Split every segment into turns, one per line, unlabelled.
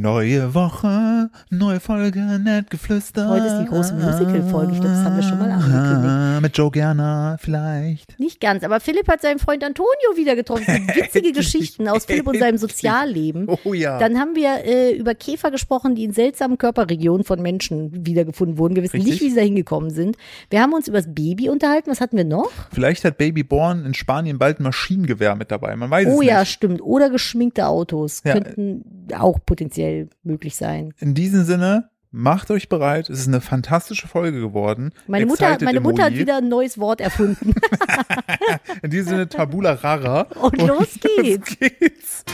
Neue Woche, neue Folge, nett geflüstert.
Heute ist die große Musical-Folge, stimmt, das haben wir schon mal angekündigt.
Ah, Mit Joe Gerner vielleicht.
Nicht ganz, aber Philipp hat seinen Freund Antonio wieder getroffen. Witzige Geschichten aus Philipp und seinem Sozialleben.
Oh ja.
Dann haben wir äh, über Käfer gesprochen, die in seltsamen Körperregionen von Menschen wiedergefunden wurden. Wir wissen
Richtig.
nicht, wie sie da hingekommen sind. Wir haben uns über das Baby unterhalten. Was hatten wir noch?
vielleicht hat Baby Born in Spanien bald ein Maschinengewehr mit dabei. Man weiß
oh
es
ja,
nicht.
stimmt. Oder geschminkte Autos
Ja.
könnten auch potenziell möglich sein.
In diesem Sinne, macht euch bereit. Es ist eine fantastische Folge geworden.
Meine Mutter,
Excited
meine Mutter hat
Emoji.
wieder ein neues Wort erfunden.
In diesem Sinne, Tabula Rara.
Und los geht's.
Los geht's.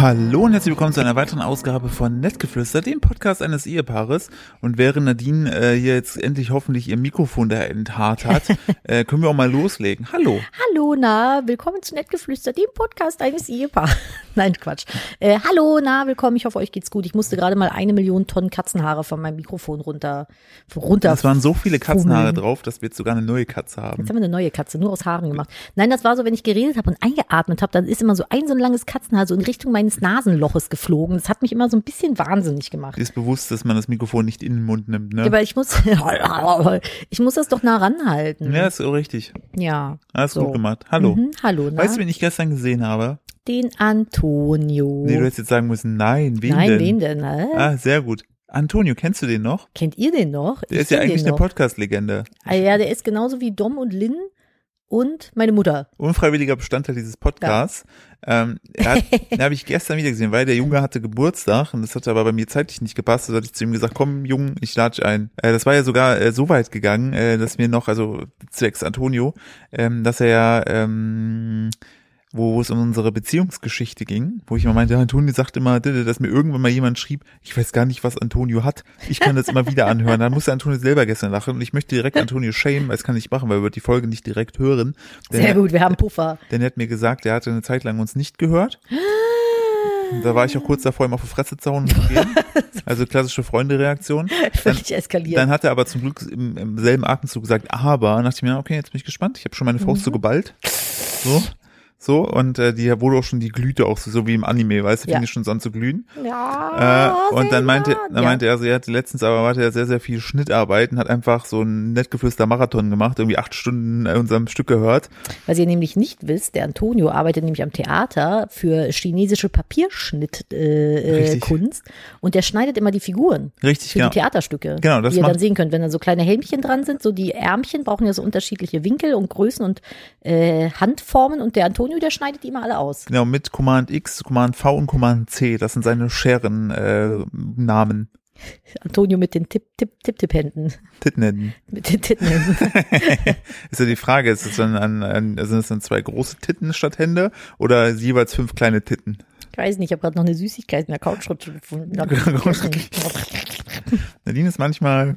Hallo und herzlich willkommen zu einer weiteren Ausgabe von Nettgeflüster, dem Podcast eines Ehepaares. Und während Nadine äh, hier jetzt endlich hoffentlich ihr Mikrofon da enthaart hat, äh, können wir auch mal loslegen. Hallo.
Hallo, na, willkommen zu Nettgeflüster, dem Podcast eines Ehepaars. Nein, Quatsch. Äh, hallo, na, willkommen. Ich hoffe, euch geht's gut. Ich musste gerade mal eine Million Tonnen Katzenhaare von meinem Mikrofon runter, runter.
Es waren so viele Katzenhaare
Fummeln.
drauf, dass wir jetzt sogar eine neue Katze haben.
Jetzt haben wir eine neue Katze, nur aus Haaren gemacht. Nein, das war so, wenn ich geredet habe und eingeatmet habe, dann ist immer so ein so ein langes Katzenhaar so in Richtung meines Nasenloches geflogen. Das hat mich immer so ein bisschen wahnsinnig gemacht.
Dir ist bewusst, dass man das Mikrofon nicht in den Mund nimmt, ne?
Aber ich muss, ich muss das doch nah ranhalten.
Ja, ist so richtig.
Ja.
Alles
So.
gut gemacht. Hallo.
Mhm, hallo, na,
Weißt du, wen ich gestern gesehen habe?
den Antonio.
Nee, du hättest jetzt sagen müssen, nein, wen
Nein,
denn?
wen denn? Hä?
Ah, sehr gut. Antonio, kennst du den noch?
Kennt ihr den noch?
Der
Ich
ist ja
kenn
eigentlich
den
eine
noch.
Podcast-Legende.
Ah, ja, der ist genauso wie Dom und Lynn und meine Mutter.
Unfreiwilliger Bestandteil dieses Podcasts. Ähm, er hat, den habe ich gestern wieder gesehen, weil der Junge hatte Geburtstag und das hat aber bei mir zeitlich nicht gepasst. Da hatte ich zu ihm gesagt, komm Junge, ich lade dich ein. Äh, das war ja sogar äh, so weit gegangen, äh, dass mir noch, also zwecks Antonio, ähm, dass er ja, ähm, wo wo es um unsere Beziehungsgeschichte ging, wo ich immer meinte, Antonio sagt immer, dede, dass mir irgendwann mal jemand schrieb, ich weiß gar nicht, was Antonio hat. Ich kann das immer wieder anhören. Dann musste Antonio selber gestern lachen und ich möchte direkt Antonio shamen, das kann ich machen, weil wir die Folge nicht direkt hören. Denn,
Sehr gut, wir haben Puffer.
Denn er hat mir gesagt, er hatte eine Zeit lang uns nicht gehört.
Ah.
Und Da war ich auch kurz davor, ihm auf die Fresse zu hauen und zu gehen. Also klassische Freunde-Reaktion.
Völlig eskaliert.
Dann hat er aber zum Glück im, im selben Atemzug gesagt, aber, und dachte ich mir, okay, jetzt bin ich gespannt. Ich habe schon meine
Mhm.
Faust so geballt. So. So, und äh, die wurde auch schon die Glüte auch so, so wie im Anime, weißt du,
Ja. Oh,
fing die schon so an zu glühen. Äh,
ja,
und dann meinte,
Senat.
dann meinte er, so, er hatte letztens aber hatte er sehr, sehr viel Schnittarbeiten, hat einfach so einen nett geflüster Marathon gemacht, irgendwie acht Stunden äh, unserem Stück gehört.
ja, was ihr nämlich nicht wisst, der Antonio arbeitet nämlich am Theater für chinesische Papierschnittkunst äh,
Richtig.
äh, Kunst. und der schneidet immer die Figuren.
Richtig,
Für
genau.
die Theaterstücke,
Genau, das
die ihr
macht-
dann sehen könnt, wenn da so kleine Helmchen dran sind, so die Ärmchen brauchen ja so unterschiedliche Winkel und Größen und äh, Handformen und der Antonio, der schneidet die immer alle aus.
Genau, mit Command X, Command V und Command C. Das sind seine Scheren, äh, Namen.
Antonio mit den Tipp-Tipp-Tipp-Tipp-Händen.
Titnetten.
Mit den Titten.
Ist ja die Frage, ist es dann an, an, sind es dann zwei große Titten statt Hände oder jeweils fünf kleine Titten?
Ich weiß nicht, ich habe gerade noch eine Süßigkeit in der Couchrutsche gefunden.
Nadine ist manchmal,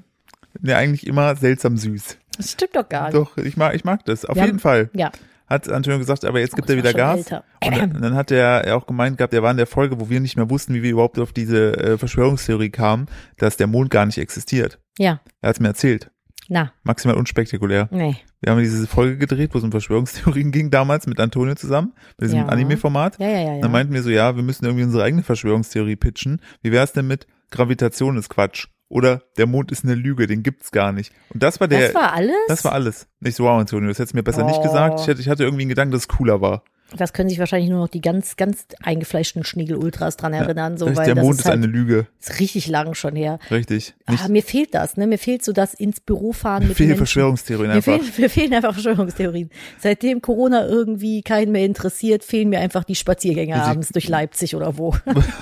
ja, eigentlich immer seltsam süß.
Das stimmt doch gar nicht.
Doch, ich mag, ich mag das. Auf
Wir
jeden
haben-
Fall.
Ja,
Hat Antonio gesagt, aber jetzt gibt
Oh,
er
ich
wieder
war
Gas.
schon älter.
Und dann- dann hat er ja auch gemeint gehabt, er war in der Folge, wo wir nicht mehr wussten, wie wir überhaupt auf diese äh, Verschwörungstheorie kamen, dass der Mond gar nicht existiert.
ja.
Er hat's mir erzählt.
Na,
Maximal unspektakulär.
nee.
Wir haben diese Folge gedreht, wo es um Verschwörungstheorien ging damals mit Antonio zusammen, mit diesem
Ja.
Anime-Format.
Ja, ja, ja.
Dann
ja.
meinten wir so, ja, wir müssen irgendwie unsere eigene Verschwörungstheorie pitchen. Wie wär's denn mit Gravitation ist Quatsch? Oder der Mond ist eine Lüge, den gibt's gar nicht. Und das war der,
das war alles?
das war alles. Nicht so, wow, Antonio, das hättest du mir besser nicht
Oh.
gesagt. Ich hatte, ich hatte irgendwie einen Gedanken, dass es cooler war.
das können sich wahrscheinlich nur noch die ganz, ganz eingefleischten Schniegel-Ultras dran erinnern. So,
Dass
weil
der
das
Mond
ist,
ist,
halt,
eine Lüge.
ist richtig lang schon her.
Richtig. Nicht
Ah, mir fehlt das, ne? Mir fehlt so das ins Büro fahren mit
viele
Menschen.
Verschwörungstheorien
Mir
einfach.
fehlen, mir fehlen einfach Verschwörungstheorien. Seitdem Corona irgendwie keinen mehr interessiert, fehlen mir einfach die Spaziergänge
Sie-
abends durch Leipzig oder wo.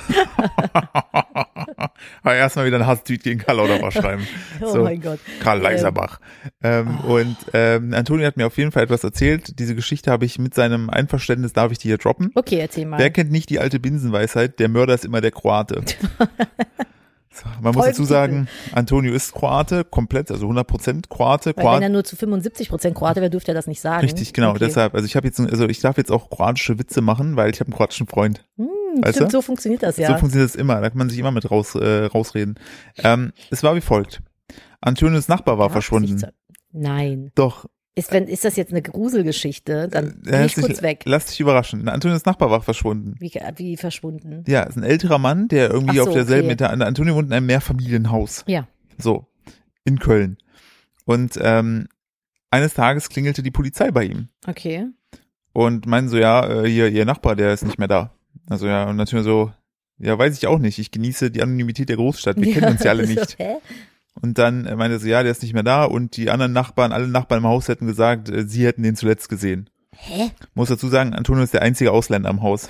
Aber Ah, erstmal wieder ein Hasstweet gegen Karl Lauterbach schreiben.
Oh
So.
mein Gott.
Karl Leiserbach.
Ah.
Ähm, Und ähm, Antonio hat mir auf jeden Fall etwas erzählt. Diese Geschichte habe ich mit seinem Einverständnis, darf ich die hier droppen?
Okay, erzähl mal.
Wer kennt nicht die alte Binsenweisheit, der Mörder ist immer der Kroate? So, Man muss
Voll
dazu sagen, Antonio ist Kroate, komplett, also 100% Kroate.
Weil wenn er
Kroate
nur zu 75 Prozent Kroate wäre, dürfte er das nicht sagen.
richtig, genau,
Okay.
deshalb. Also ich habe jetzt, also ich darf jetzt auch kroatische Witze machen, weil ich habe einen kroatischen Freund.
Hm,
weißt
Stimmt,
du?
so funktioniert das ja.
So funktioniert das immer, da kann man sich immer mit raus, äh, rausreden. Ähm, es war wie folgt. Antonios Nachbar war
Ja,
verschwunden.
sich zu- Nein.
Doch,
Ist, wenn, ist das jetzt eine Gruselgeschichte? Dann
Lass
bin ich
dich-
kurz weg.
Lass dich überraschen. Antonios Nachbar war verschwunden.
Wie, wie verschwunden.
Ja, ist ein älterer Mann, der irgendwie
Ach so,
auf derselben
okay.
Etage, Antonio wohnt in einem Mehrfamilienhaus.
Ja.
So, in Köln. Und ähm, eines Tages klingelte die Polizei bei ihm
Okay.
und meinten so, ja, äh, hier, ihr Nachbar, der ist nicht mehr da. Also ja, und natürlich so, ja, weiß ich auch nicht. Ich genieße die Anonymität der Großstadt. Wir kennen uns ja alle
so,
nicht.
hä?
Und dann äh, meinte er so, ja, der ist nicht mehr da. Und die anderen Nachbarn, alle Nachbarn im Haus hätten gesagt, äh, sie hätten den zuletzt gesehen.
Hä?
Muss dazu sagen, Antonio ist der einzige Ausländer am Haus.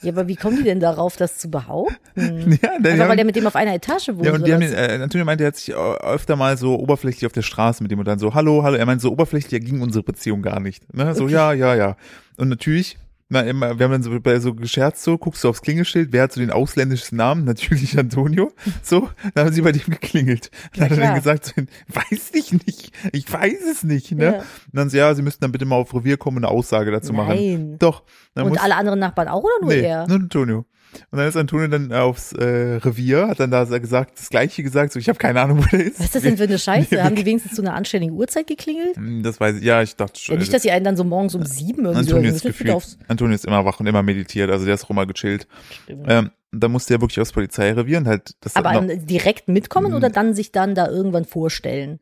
Ja, aber wie kommen die denn darauf, das zu behaupten?
Ja, die
Mhm. Einfach
haben-
weil der mit dem auf einer Etage wohnt.
Ja, und die
oder
haben
was?
den, äh, Antonio meinte, er hat sich au- öfter mal so oberflächlich auf der Straße mit dem und dann so, hallo, hallo. Er meinte so oberflächlich, ja, ging unsere Beziehung gar nicht. Ne? So, ja, ja, ja. Und natürlich, na, immer, wir haben dann so, bei so gescherzt, so, guckst du aufs Klingelschild, wer hat so den ausländischen Namen? Natürlich Antonio. So, dann haben sie bei dem geklingelt. Dann
Na
hat er
klar.
dann gesagt, so, weiß ich nicht, ich weiß es nicht. Ne?
Ja.
Und dann so, ja, sie müssten dann bitte mal auf Revier kommen und eine Aussage dazu machen.
Nein.
Doch. Dann
Und
muss-
alle anderen Nachbarn auch oder nur
nee,
er?
nur Antonio. Und dann ist Antonio dann aufs äh, Revier, hat dann da gesagt, das gleiche gesagt, so ich habe keine Ahnung, wo der ist.
Was ist das denn für eine Scheiße?
Nee,
haben die wenigstens zu einer anständigen Uhrzeit geklingelt?
Hm, Das weiß ich, ja, ich dachte
Ja,
schon. also
nicht, dass die einen dann so morgens um sieben irgendwie
Antonio
sagen,
ist
das ist
gefühlt,
aufs-
Antonio ist immer wach und immer meditiert, also der ist auch immer gechillt.
Stimmt.
Ähm, da musste er wirklich aufs Polizeirevier und halt, das
Aber
na,
an- direkt mitkommen
Mhm.
oder dann sich dann da irgendwann vorstellen?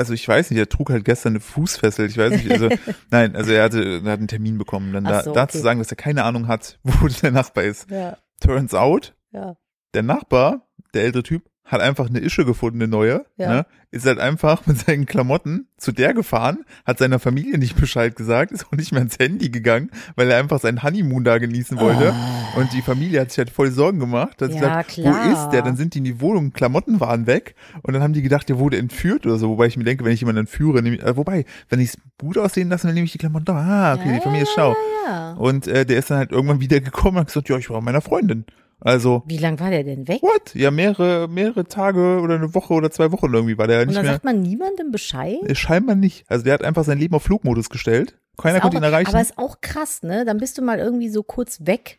also ich weiß nicht, er trug halt gestern eine Fußfessel, ich weiß nicht, also, nein, also er hatte, er hat einen Termin bekommen, dann da,
Ach so,
da zu
okay.
sagen, dass er keine Ahnung hat, wo der Nachbar ist.
Ja,
Turns out,
ja.
der Nachbar, der ältere Typ, hat einfach eine Ische gefunden, eine neue.
Ja.
Ne? Ist halt einfach mit seinen Klamotten zu der gefahren, hat seiner Familie nicht Bescheid gesagt, ist auch nicht mehr ins Handy gegangen, weil er einfach seinen Honeymoon da genießen wollte. Und die Familie hat sich halt voll Sorgen gemacht. Hat
Oh. Ja,
gesagt,
klar.
wo ist der? Dann sind die in die Wohnung, Klamotten waren weg. Und dann haben die gedacht, der wurde entführt oder so. Wobei ich mir denke, wenn ich jemanden entführe, nehme ich, äh, wobei, wenn ich es gut aussehen lasse, dann nehme ich die Klamotten doch. Ah, okay, die Familie ist schlau.
Ja.
Und äh, der ist dann halt irgendwann wiedergekommen und hat gesagt, ja, ich war bei meiner Freundin. Also
Wie lang war der denn weg?
What? Ja, mehrere, mehrere Tage oder eine Woche oder zwei Wochen irgendwie war der ja
Und
nicht
dann
mehr.
sagt man niemandem Bescheid?
Äh, Scheinbar nicht. Also der hat einfach sein Leben auf Flugmodus gestellt. Keiner
Ist auch,
konnte ihn erreichen.
aber
Aber,
ist auch krass, ne? Dann bist du mal irgendwie so kurz weg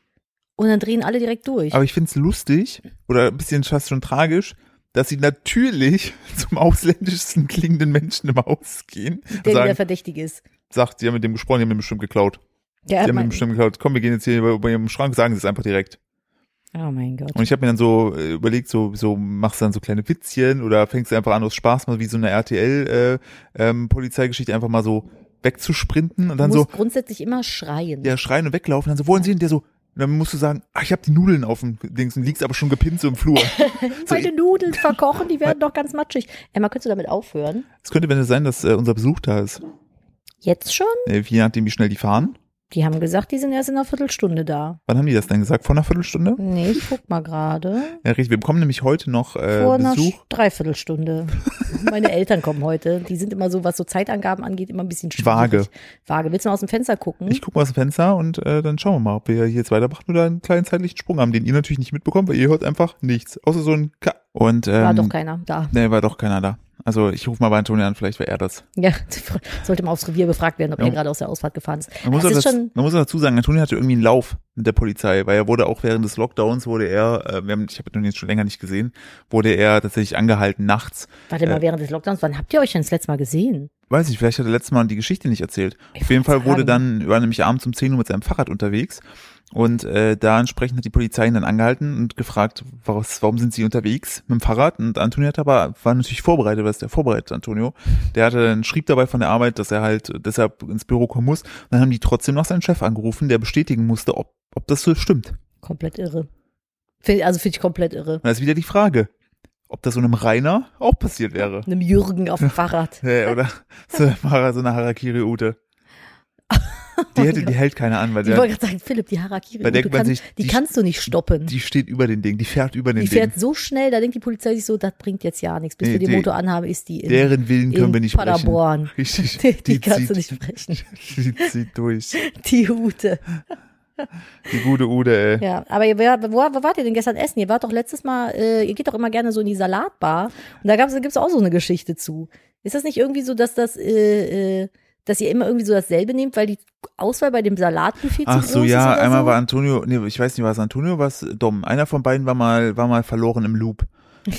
und dann drehen alle direkt durch.
ich find's lustig oder ein bisschen fast schon tragisch, dass sie natürlich zum ausländischsten klingenden Menschen im Haus gehen und
der wieder
sagen,
verdächtig ist.
sagt, sie haben mit dem gesprochen, die haben den bestimmt geklaut.
Der
Die
hat
haben
mein,
den bestimmt geklaut. Komm, wir gehen jetzt hier über, über ihrem Schrank, sagen sie es einfach direkt.
oh mein Gott.
Und ich habe mir dann so äh, überlegt, so, so machst du dann so kleine Witzchen oder fängst du einfach an, aus Spaß mal wie so eine RTL-Polizeigeschichte äh, ähm, einfach mal so wegzusprinten und dann
du
so,
musst grundsätzlich immer schreien.
ja, schreien und weglaufen, dann so, wollen sie hin? Der so, und dann musst du sagen, ach, ich habe die Nudeln auf dem Dings und liegst aber schon gepinnt so im Flur. so,
Meine Nudeln verkochen, die werden doch ganz matschig. Emma, könntest du damit aufhören?
es könnte wenn es sein, dass äh, unser Besuch da ist.
Jetzt schon?
Äh, je nachdem, wie schnell die fahren.
Die haben gesagt, die sind erst in einer Viertelstunde da.
Wann haben die das denn gesagt? Vor einer Viertelstunde?
Nee, ich guck mal gerade.
Ja, richtig. Wir bekommen nämlich heute noch äh,
Vor einer
Besuch.
Sch- Dreiviertelstunde. Meine Eltern kommen heute. Die sind immer so, was so Zeitangaben angeht, immer ein bisschen schwierig.
Vage.
Vage. Willst du mal aus dem Fenster gucken?
Ich gucke mal aus dem Fenster und äh, dann schauen wir mal, ob wir hier jetzt weitermachen oder einen kleinen zeitlichen Sprung haben, den ihr natürlich nicht mitbekommt, weil ihr hört einfach nichts. Außer so ein Ka Und ähm,
War doch keiner da.
Nee, war doch keiner da. Also ich rufe mal bei Antonio an, vielleicht war er das.
Ja, sollte mal aufs Revier befragt werden, ob
Ja.
er gerade aus der Ausfahrt gefahren ist.
Man muss,
das
auch
ist
das,
schon,
man muss auch dazu sagen, Antonio hatte irgendwie einen Lauf mit der Polizei, weil er wurde auch während des Lockdowns, wurde er, äh, wir haben, ich habe ihn jetzt schon länger nicht gesehen, wurde er tatsächlich angehalten nachts.
warte
Äh.
mal, während des Lockdowns, wann habt ihr euch denn das letzte Mal gesehen?
Weiß nicht, vielleicht hat er letztes Mal die Geschichte nicht erzählt.
Ich
Auf jeden
wollte
Fall wurde
sagen.
dann, war nämlich abends um 10 Uhr mit seinem Fahrrad unterwegs und äh, da entsprechend hat die Polizei ihn dann angehalten und gefragt, was, warum sind sie unterwegs mit dem Fahrrad? Und Antonio hat aber, war natürlich vorbereitet, was der vorbereitet, Antonio. Der hatte dann schrieb dabei von der Arbeit, dass er halt deshalb ins Büro kommen muss. Und dann haben die trotzdem noch seinen Chef angerufen, der bestätigen musste, ob, ob das so stimmt.
Komplett irre. Find- Also finde ich komplett irre.
Und das ist wieder die Frage, ob das so einem Rainer auch passiert wäre.
Einem Jürgen auf dem Fahrrad.
Hey, oder so, Mara, so eine Harakiri-Ute. Die, hätte, die hält keiner an, weil
Ich
der,
wollte gerade sagen, Philipp, die Harakiri,
Weil
du
denkt man
kannst,
sich,
die,
die-
kannst du nicht stoppen. Die,
die steht über den Ding, die fährt über den Ding.
fährt so schnell, da denkt die Polizei sich so, das bringt jetzt ja nichts. Bis
Nee,
wir den
die-
Motor anhaben, ist die in,
Deren Willen können
in
wir nicht brechen.
Paderborn.
Richtig.
Die, die, kannst
zieht,
du nicht brechen.
Die zieht durch.
Die Hute.
Die gute Ude, ey.
Ja, aber ihr, wer- wo, wo wart ihr denn gestern essen? Ihr wart doch letztes Mal, äh, ihr geht doch immer gerne so in die Salatbar und da gab's, da gibt's auch so eine Geschichte zu. Ist das nicht irgendwie so, dass das, äh, äh, dass ihr immer irgendwie so dasselbe nehmt, weil die Auswahl bei dem Salatbuffet
Ach
zu groß
so, ja,
ist oder
einmal
so?
war Antonio, nee, ich weiß nicht, war es Antonio, war es Dom. Einer von beiden war mal, war mal verloren im Loop.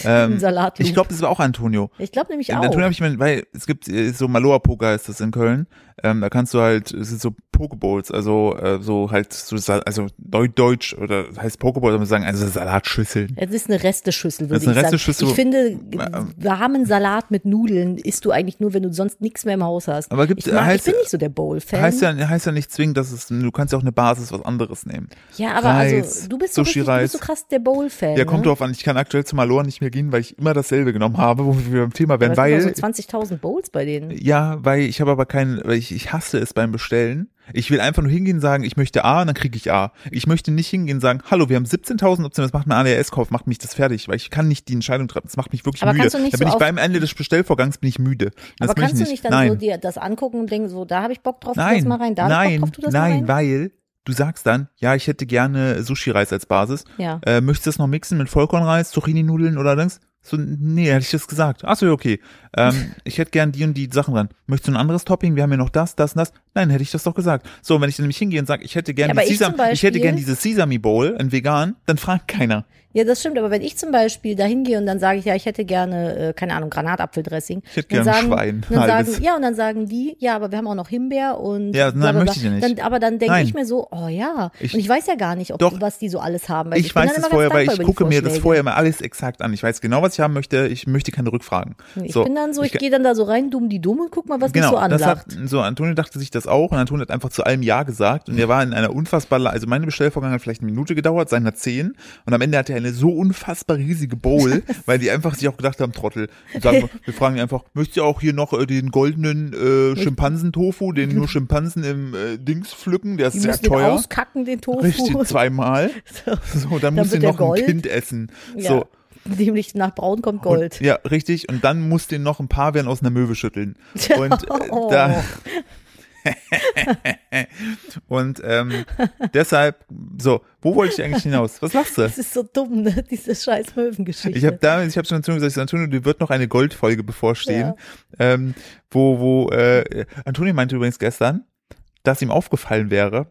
Ähm,
Im Salat.
ich glaube, das war auch Antonio.
ich glaube nämlich
In
auch.
Antonio habe ich mir, weil es gibt äh, so Maloa-Poker ist das in Köln. Ähm, da kannst du halt, es sind so Pokeballs, also äh, so halt so Sa- also neu deutsch oder das heißt Pokeball, soll man sagen, also Salatschüsseln.
Es ist eine Resteschüssel, würde
Das ist eine
ich
Also Resteschüssel,
sagen. Ich
wo-
finde, warmen Salat mit Nudeln isst du eigentlich nur, wenn du sonst nichts mehr im Haus hast.
Aber gibt-
ich, mag,
heißt-
ich bin nicht so der Bowl-Fan.
Heißt ja, heißt ja nicht zwingend, dass es, du kannst ja auch eine Basis was anderes nehmen.
ja, aber
Reis,
also, du bist, so richtig, du
Sushi-Reis.
bist so krass der Bowl-Fan.
Ja, kommt
ne?
drauf an, ich kann aktuell zum Maloa nicht mehr gehen, weil ich immer dasselbe genommen habe, wo wir beim Thema
Aber
wären,
es sind doch
weil, Äh,
so 20.000 Bowls bei denen.
ja, weil ich habe aber keinen, weil ich, ich hasse es beim Bestellen. Ich will einfach nur hingehen und sagen, ich möchte A und dann kriege ich A. Ich möchte nicht hingehen und sagen, hallo, wir haben 17.000 Optionen, das macht mir ADS-Kauf, macht mich das fertig, weil ich kann nicht die Entscheidung treffen, das macht mich wirklich
Aber
müde.
kannst du nicht
dann bin
so
ich
auf-
beim Ende des Bestellvorgangs bin ich müde. Und das möchte
aber kannst
ich
du nicht dann
Nein.
so dir das angucken und denken, so, da habe ich Bock drauf, tu
Nein,
das mal rein, da habe ich
nein,
Bock drauf, tu das
nein,
mal rein.
weil du sagst dann, ja, ich hätte gerne Sushi-Reis als Basis.
Ja.
Äh, möchtest du das noch mixen mit Vollkornreis, Zucchini-Nudeln oder denkst? So, nee, hätte ich das gesagt. Ach so, okay. Ähm, ich hätte gern die und die Sachen dran. Möchtest du ein anderes Topping? Wir haben ja noch das, das und das. Nein, hätte ich das doch gesagt. So, und wenn ich dann nämlich hingehe und sage, ich hätte gern
Ja, aber
die
ich
Sesam,
zum Beispiel-
ich hätte gern diese Sesame Bowl, ein vegan, dann fragt keiner.
ja, das stimmt, aber wenn ich zum Beispiel da hingehe und dann sage ich, ja, ich hätte gerne, äh, keine Ahnung, Granatapfeldressing.
Ich hätte
dann
gerne
sagen,
Schwein,
Dann
halbes.
sagen, ja, und dann sagen die, ja, aber wir haben auch noch Himbeer und
Ja, nein,
bla, bla, bla.
möchte ich ja nicht.
Dann, aber dann denke
Nein.
ich mir so, oh ja,
Ich-
und ich weiß ja gar nicht, ob,
Doch.
was die so alles haben. Weil
Ich,
ich bin
weiß
dann
das
immer ganz
vorher, weil
dankbar
ich
über die
gucke mir das
Vorschläge.
vorher immer alles exakt an. Ich weiß genau, was ich haben möchte. Ich möchte keine Rückfragen.
Ich
so,
bin dann so, ich,
ich Genau,
gehe dann da so rein, dumm die dumm und guck mal, was mich so
das
anlacht.
hat, so Antonio dachte sich das auch und Antonio hat einfach zu allem Ja gesagt und er war in einer unfassbar, la- also meine Bestellvorgang hat vielleicht eine Minute gedauert, seiner zehn und am Ende hatte er eine so unfassbar riesige Bowl, weil die einfach sich auch gedacht haben, Trottel, und sagen, wir fragen ihn einfach, möchtest du auch hier noch äh, den goldenen äh, Schimpansentofu, den nur Schimpansen im äh, Dings pflücken, der ist
die
sehr
müssen den
teuer.
auskacken, den Tofu.
Richtig, zweimal. So, dann, muss
wird
den
der
noch ein
Gold.
Kind essen.
ja,
So,
nämlich nach Braun kommt Gold.
und, ja, richtig. Und dann muss den noch ein paar werden aus einer Möwe schütteln. Und, äh,
Oh.
da,
Oh.
und ähm, deshalb, so, wo wollte ich eigentlich hinaus? Was lachst du?
Das ist so dumm, ne? diese scheiß Möwengeschichte.
Ich habe damals, ich habe schon Antonio gesagt, ich so, Antonio, dir wird noch eine Goldfolge bevorstehen, ähm, wo, wo, äh, Antonio meinte übrigens gestern, dass ihm aufgefallen wäre,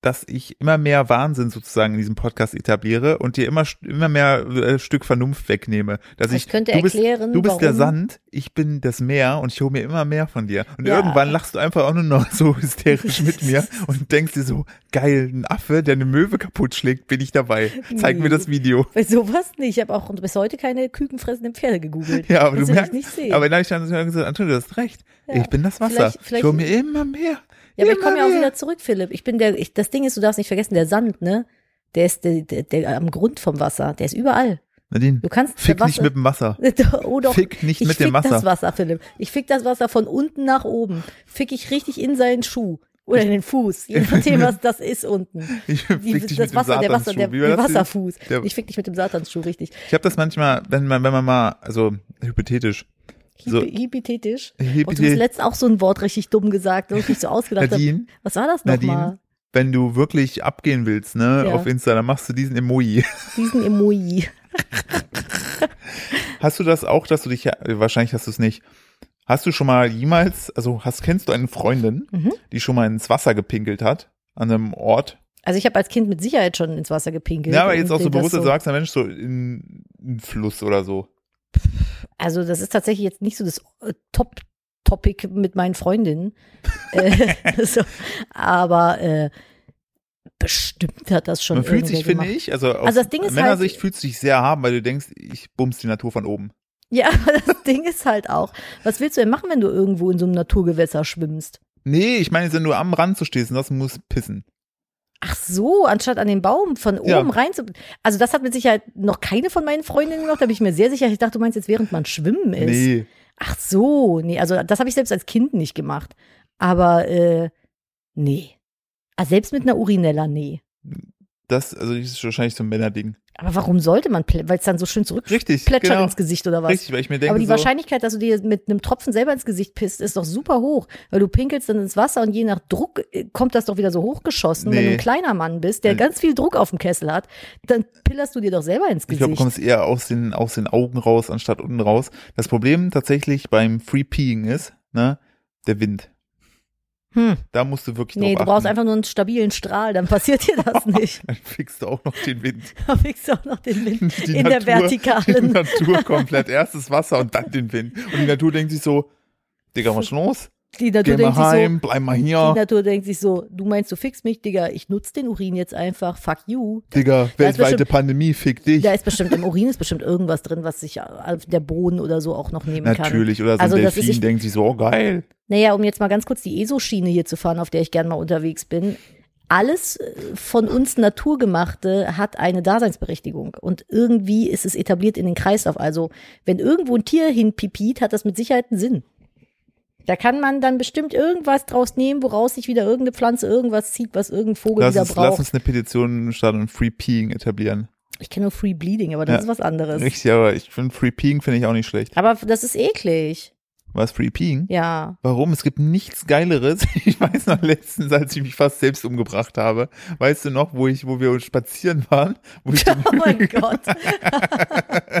dass ich immer mehr Wahnsinn sozusagen in diesem Podcast etabliere und dir immer, st- immer mehr äh, Stück Vernunft wegnehme. Dass ich,
Ich könnte
du bist,
erklären,
du bist der
warum-
Sand, ich bin das Meer und ich hole mir immer mehr von dir. Und
Ja.
irgendwann lachst du einfach auch nur noch so hysterisch mit mir und denkst dir so, geil, ein Affe, der eine Möwe kaputt schlägt, bin ich dabei. Zeig
Nee.
mir das Video.
Bei sowas nicht. Ich habe auch bis heute keine kükenfressenden Pferde gegoogelt.
Ja, aber
Kannst
du
mich
merkst,
nicht sehen.
aber dann habe ich dann gesagt, Antonio, du hast recht. Ich bin das Wasser.
Vielleicht- vielleicht-
ich hole mir immer mehr.
ja, aber ich
immer
komme ja auch
mehr.
wieder zurück, Philipp. Ich bin der, ich, das Ding ist, du darfst nicht vergessen, der Sand, ne? Der ist der, der, der am Grund vom Wasser. Der ist überall.
Nadine,
Du kannst
fick
der
nicht mit dem Wasser.
oh doch.
Fick nicht
ich
mit
fick
dem Wasser.
das Wasser, Philipp. Ich fick das Wasser von unten nach oben. Fick ich richtig in seinen Schuh. Oder in den Fuß. Je nachdem, was das ist unten.
Ich
Wie,
fick dich
das
mit
Wasser,
dem
der Wasser,
Satansschuh.
der,
Wie war
der
das denn?
Wasserfuß.
Der-
ich fick dich mit dem Satansschuh, richtig.
Ich habe das manchmal, wenn man, wenn man mal, also hypothetisch, So.
Hyp- Hypothetisch.
Hypothe-
Und Oh, du hast letzt auch so ein Wort richtig dumm gesagt, wo ich mich so ausgedacht habe.
Nadine,
Was war das nochmal?
Nadine, wenn du wirklich abgehen willst, ne,
Ja.
auf Insta, dann machst du diesen Emoji.
Diesen Emoji.
Hast du das auch, dass du dich, äh, wahrscheinlich hast du es nicht. Hast du schon mal jemals, also hast, kennst du eine Freundin,
Mhm.
die schon mal ins Wasser gepinkelt hat? An einem Ort,
Also ich habe als Kind mit Sicherheit schon ins Wasser gepinkelt.
Ja, aber jetzt
und
auch so
das
bewusst, also als erwachsener Mensch, so in einen Fluss oder so.
Also das ist tatsächlich jetzt nicht so das äh, Top. Topic mit meinen Freundinnen. Äh, so, aber äh, bestimmt hat das schon
Man fühlt
irgendwer
sich, finde
gemacht.
ich, also aus
Also das Ding ist
Männersicht
halt-
fühlt sich sehr haben, weil du denkst, ich bums die Natur von oben.
Ja, aber das Ding ist halt auch, was willst du denn machen, wenn du irgendwo in so einem Naturgewässer schwimmst?
Nee, ich meine, wenn du am Rand zu stehst und das muss pissen.
Ach so, anstatt an den Baum von oben
Ja.
rein zu. Also das hat mit Sicherheit noch keine von meinen Freundinnen gemacht, da bin ich mir sehr sicher. Ich dachte, du meinst jetzt, während man schwimmen ist.
Nee.
Ach so, nee, also das habe ich selbst als Kind nicht gemacht. Aber äh, nee. Ah, selbst mit einer Urinella, nee.
Das, also das ist wahrscheinlich so ein Männerding.
Aber warum sollte man, weil es dann so schön zurück
Richtig,
plätschert
genau.
ins Gesicht oder was?
Richtig, weil ich mir denke,
Aber die
so,
Wahrscheinlichkeit, dass du dir mit einem Tropfen selber ins Gesicht pisst, ist doch super hoch. Weil du pinkelst dann ins Wasser und je nach Druck äh, kommt das doch wieder so hochgeschossen. Wenn du
Nee.
ein kleiner Mann bist, der
Äh.
ganz viel Druck auf dem Kessel hat, dann pillerst du dir doch selber ins
ich glaube,
Gesicht.
du kommst eher aus den, aus den Augen raus, anstatt unten raus. Das Problem tatsächlich beim Free Peeing ist, ne, der Wind.
Hm.
Da musst du wirklich
Nee,
drauf
du brauchst
achten.
einfach nur einen stabilen Strahl, dann passiert dir das nicht.
Dann fickst du auch noch den Wind.
Da fängst du auch noch den Wind
Die
in der
Natur- Die
Vertikalen.
Natur komplett. Erst das Wasser und dann den Wind. Und die Natur denkt sich so, Digga, was ist los?
Die Natur
Geh mal
denkt sich so,
heim, bleib mal
die
hier.
Natur denkt sich so, du meinst, du fixst mich, Digga, ich nutze den Urin jetzt einfach, fuck you.
Digga,
Da ist
weltweite
bestimmt-
Pandemie, fick dich.
Da ist bestimmt, im Urin ist bestimmt irgendwas drin, was sich auf der Boden oder so auch noch nehmen kann.
Natürlich, oder so ein
Also das ist
Delfin
echt-
denkt sich so, oh geil.
Naja, um jetzt mal ganz kurz die ESO-Schiene hier zu fahren, auf der ich gern mal unterwegs bin. Alles äh, von uns Naturgemachte hat eine Daseinsberechtigung und irgendwie ist es etabliert in den Kreislauf. Also wenn irgendwo ein Tier hinpipiert, hat das mit Sicherheit einen Sinn. Da kann man dann bestimmt irgendwas draus nehmen, woraus sich wieder irgendeine Pflanze irgendwas zieht, was irgendein Vogel
Lass
wieder
uns, lass
braucht.
uns eine Petition starten und Free Peeing etablieren.
Ich kenne nur Free Bleeding, aber das
Ja,
ist was anderes.
Richtig, aber ich finde Free Peeing finde ich auch nicht schlecht.
Aber das ist eklig.
Was Free Peeing?
Ja.
Warum? Es gibt nichts Geileres. Ich weiß noch letztens, als ich mich fast selbst umgebracht habe. Weißt du noch, wo ich, wo wir spazieren waren, wo ich den
Oh mein Gott.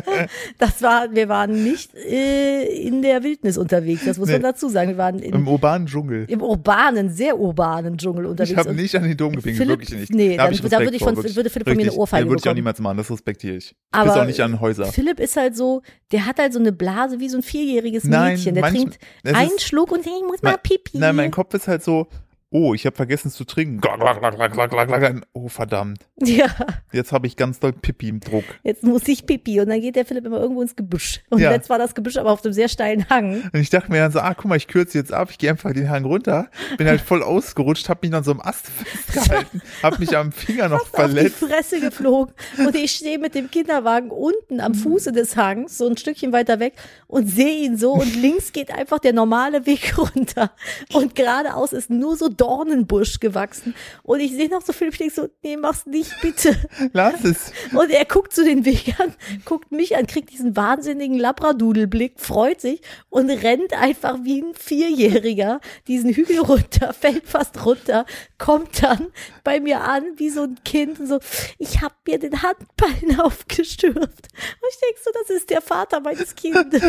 Das war, wir waren nicht äh, in der Wildnis unterwegs, das muss man
Nee.
dazu sagen. Wir waren in,
im urbanen Dschungel.
im urbanen, sehr urbanen Dschungel unterwegs.
Ich habe
und-
nicht an den Dom gepinkelt,
Philipp-
wirklich nicht.
nee,
da, hab
dann-
ich
da
Respekt
würde ich
vor,
von-
wirklich.
würde Philipp von mir eine
Richtig.
Ohrfeige
Nee, Würde ich auch
bekommen.
niemals machen, das respektiere ich. Ich
Aber-
piss auch nicht an Häuser.
Philipp ist halt so, der hat halt so eine Blase wie so ein vierjähriges
Nein,
Mädchen. Der
manch-
trinkt
es
einen
ist-
Schluck und ich muss mal
Nein,
pipi.
Nein, mein Kopf ist halt so, oh, ich habe vergessen es zu trinken. Glack, glack, glack, glack, glack, glack, glack. Oh, verdammt.
ja,
Jetzt habe ich ganz doll Pipi im Druck.
jetzt muss ich pipi. Und dann geht der Philipp immer irgendwo ins Gebüsch. Und
Ja.
jetzt war das Gebüsch aber auf einem sehr steilen Hang.
Und ich dachte mir dann so, ah, guck mal, ich kürze jetzt ab, ich gehe einfach den Hang runter, bin halt voll ausgerutscht, hab mich an so einem Ast festgehalten, hab mich am Finger noch
auf
verletzt.
die Fresse geflogen und ich stehe mit dem Kinderwagen unten am Fuße des Hangs, so ein Stückchen weiter weg und sehe ihn so und links geht einfach der normale Weg runter und geradeaus ist nur so Dornenbusch gewachsen und ich sehe noch so viel, ich denk so, nee, mach's nicht, bitte.
Lass es.
Und er guckt zu den Weg an, guckt mich an, kriegt diesen wahnsinnigen Labradudelblick, freut sich und rennt einfach wie ein Vierjähriger diesen Hügel runter, fällt fast runter, kommt dann bei mir an wie so ein Kind und so, ich hab mir den Handballen aufgestürft. Und ich denk so, das ist der Vater meines Kindes.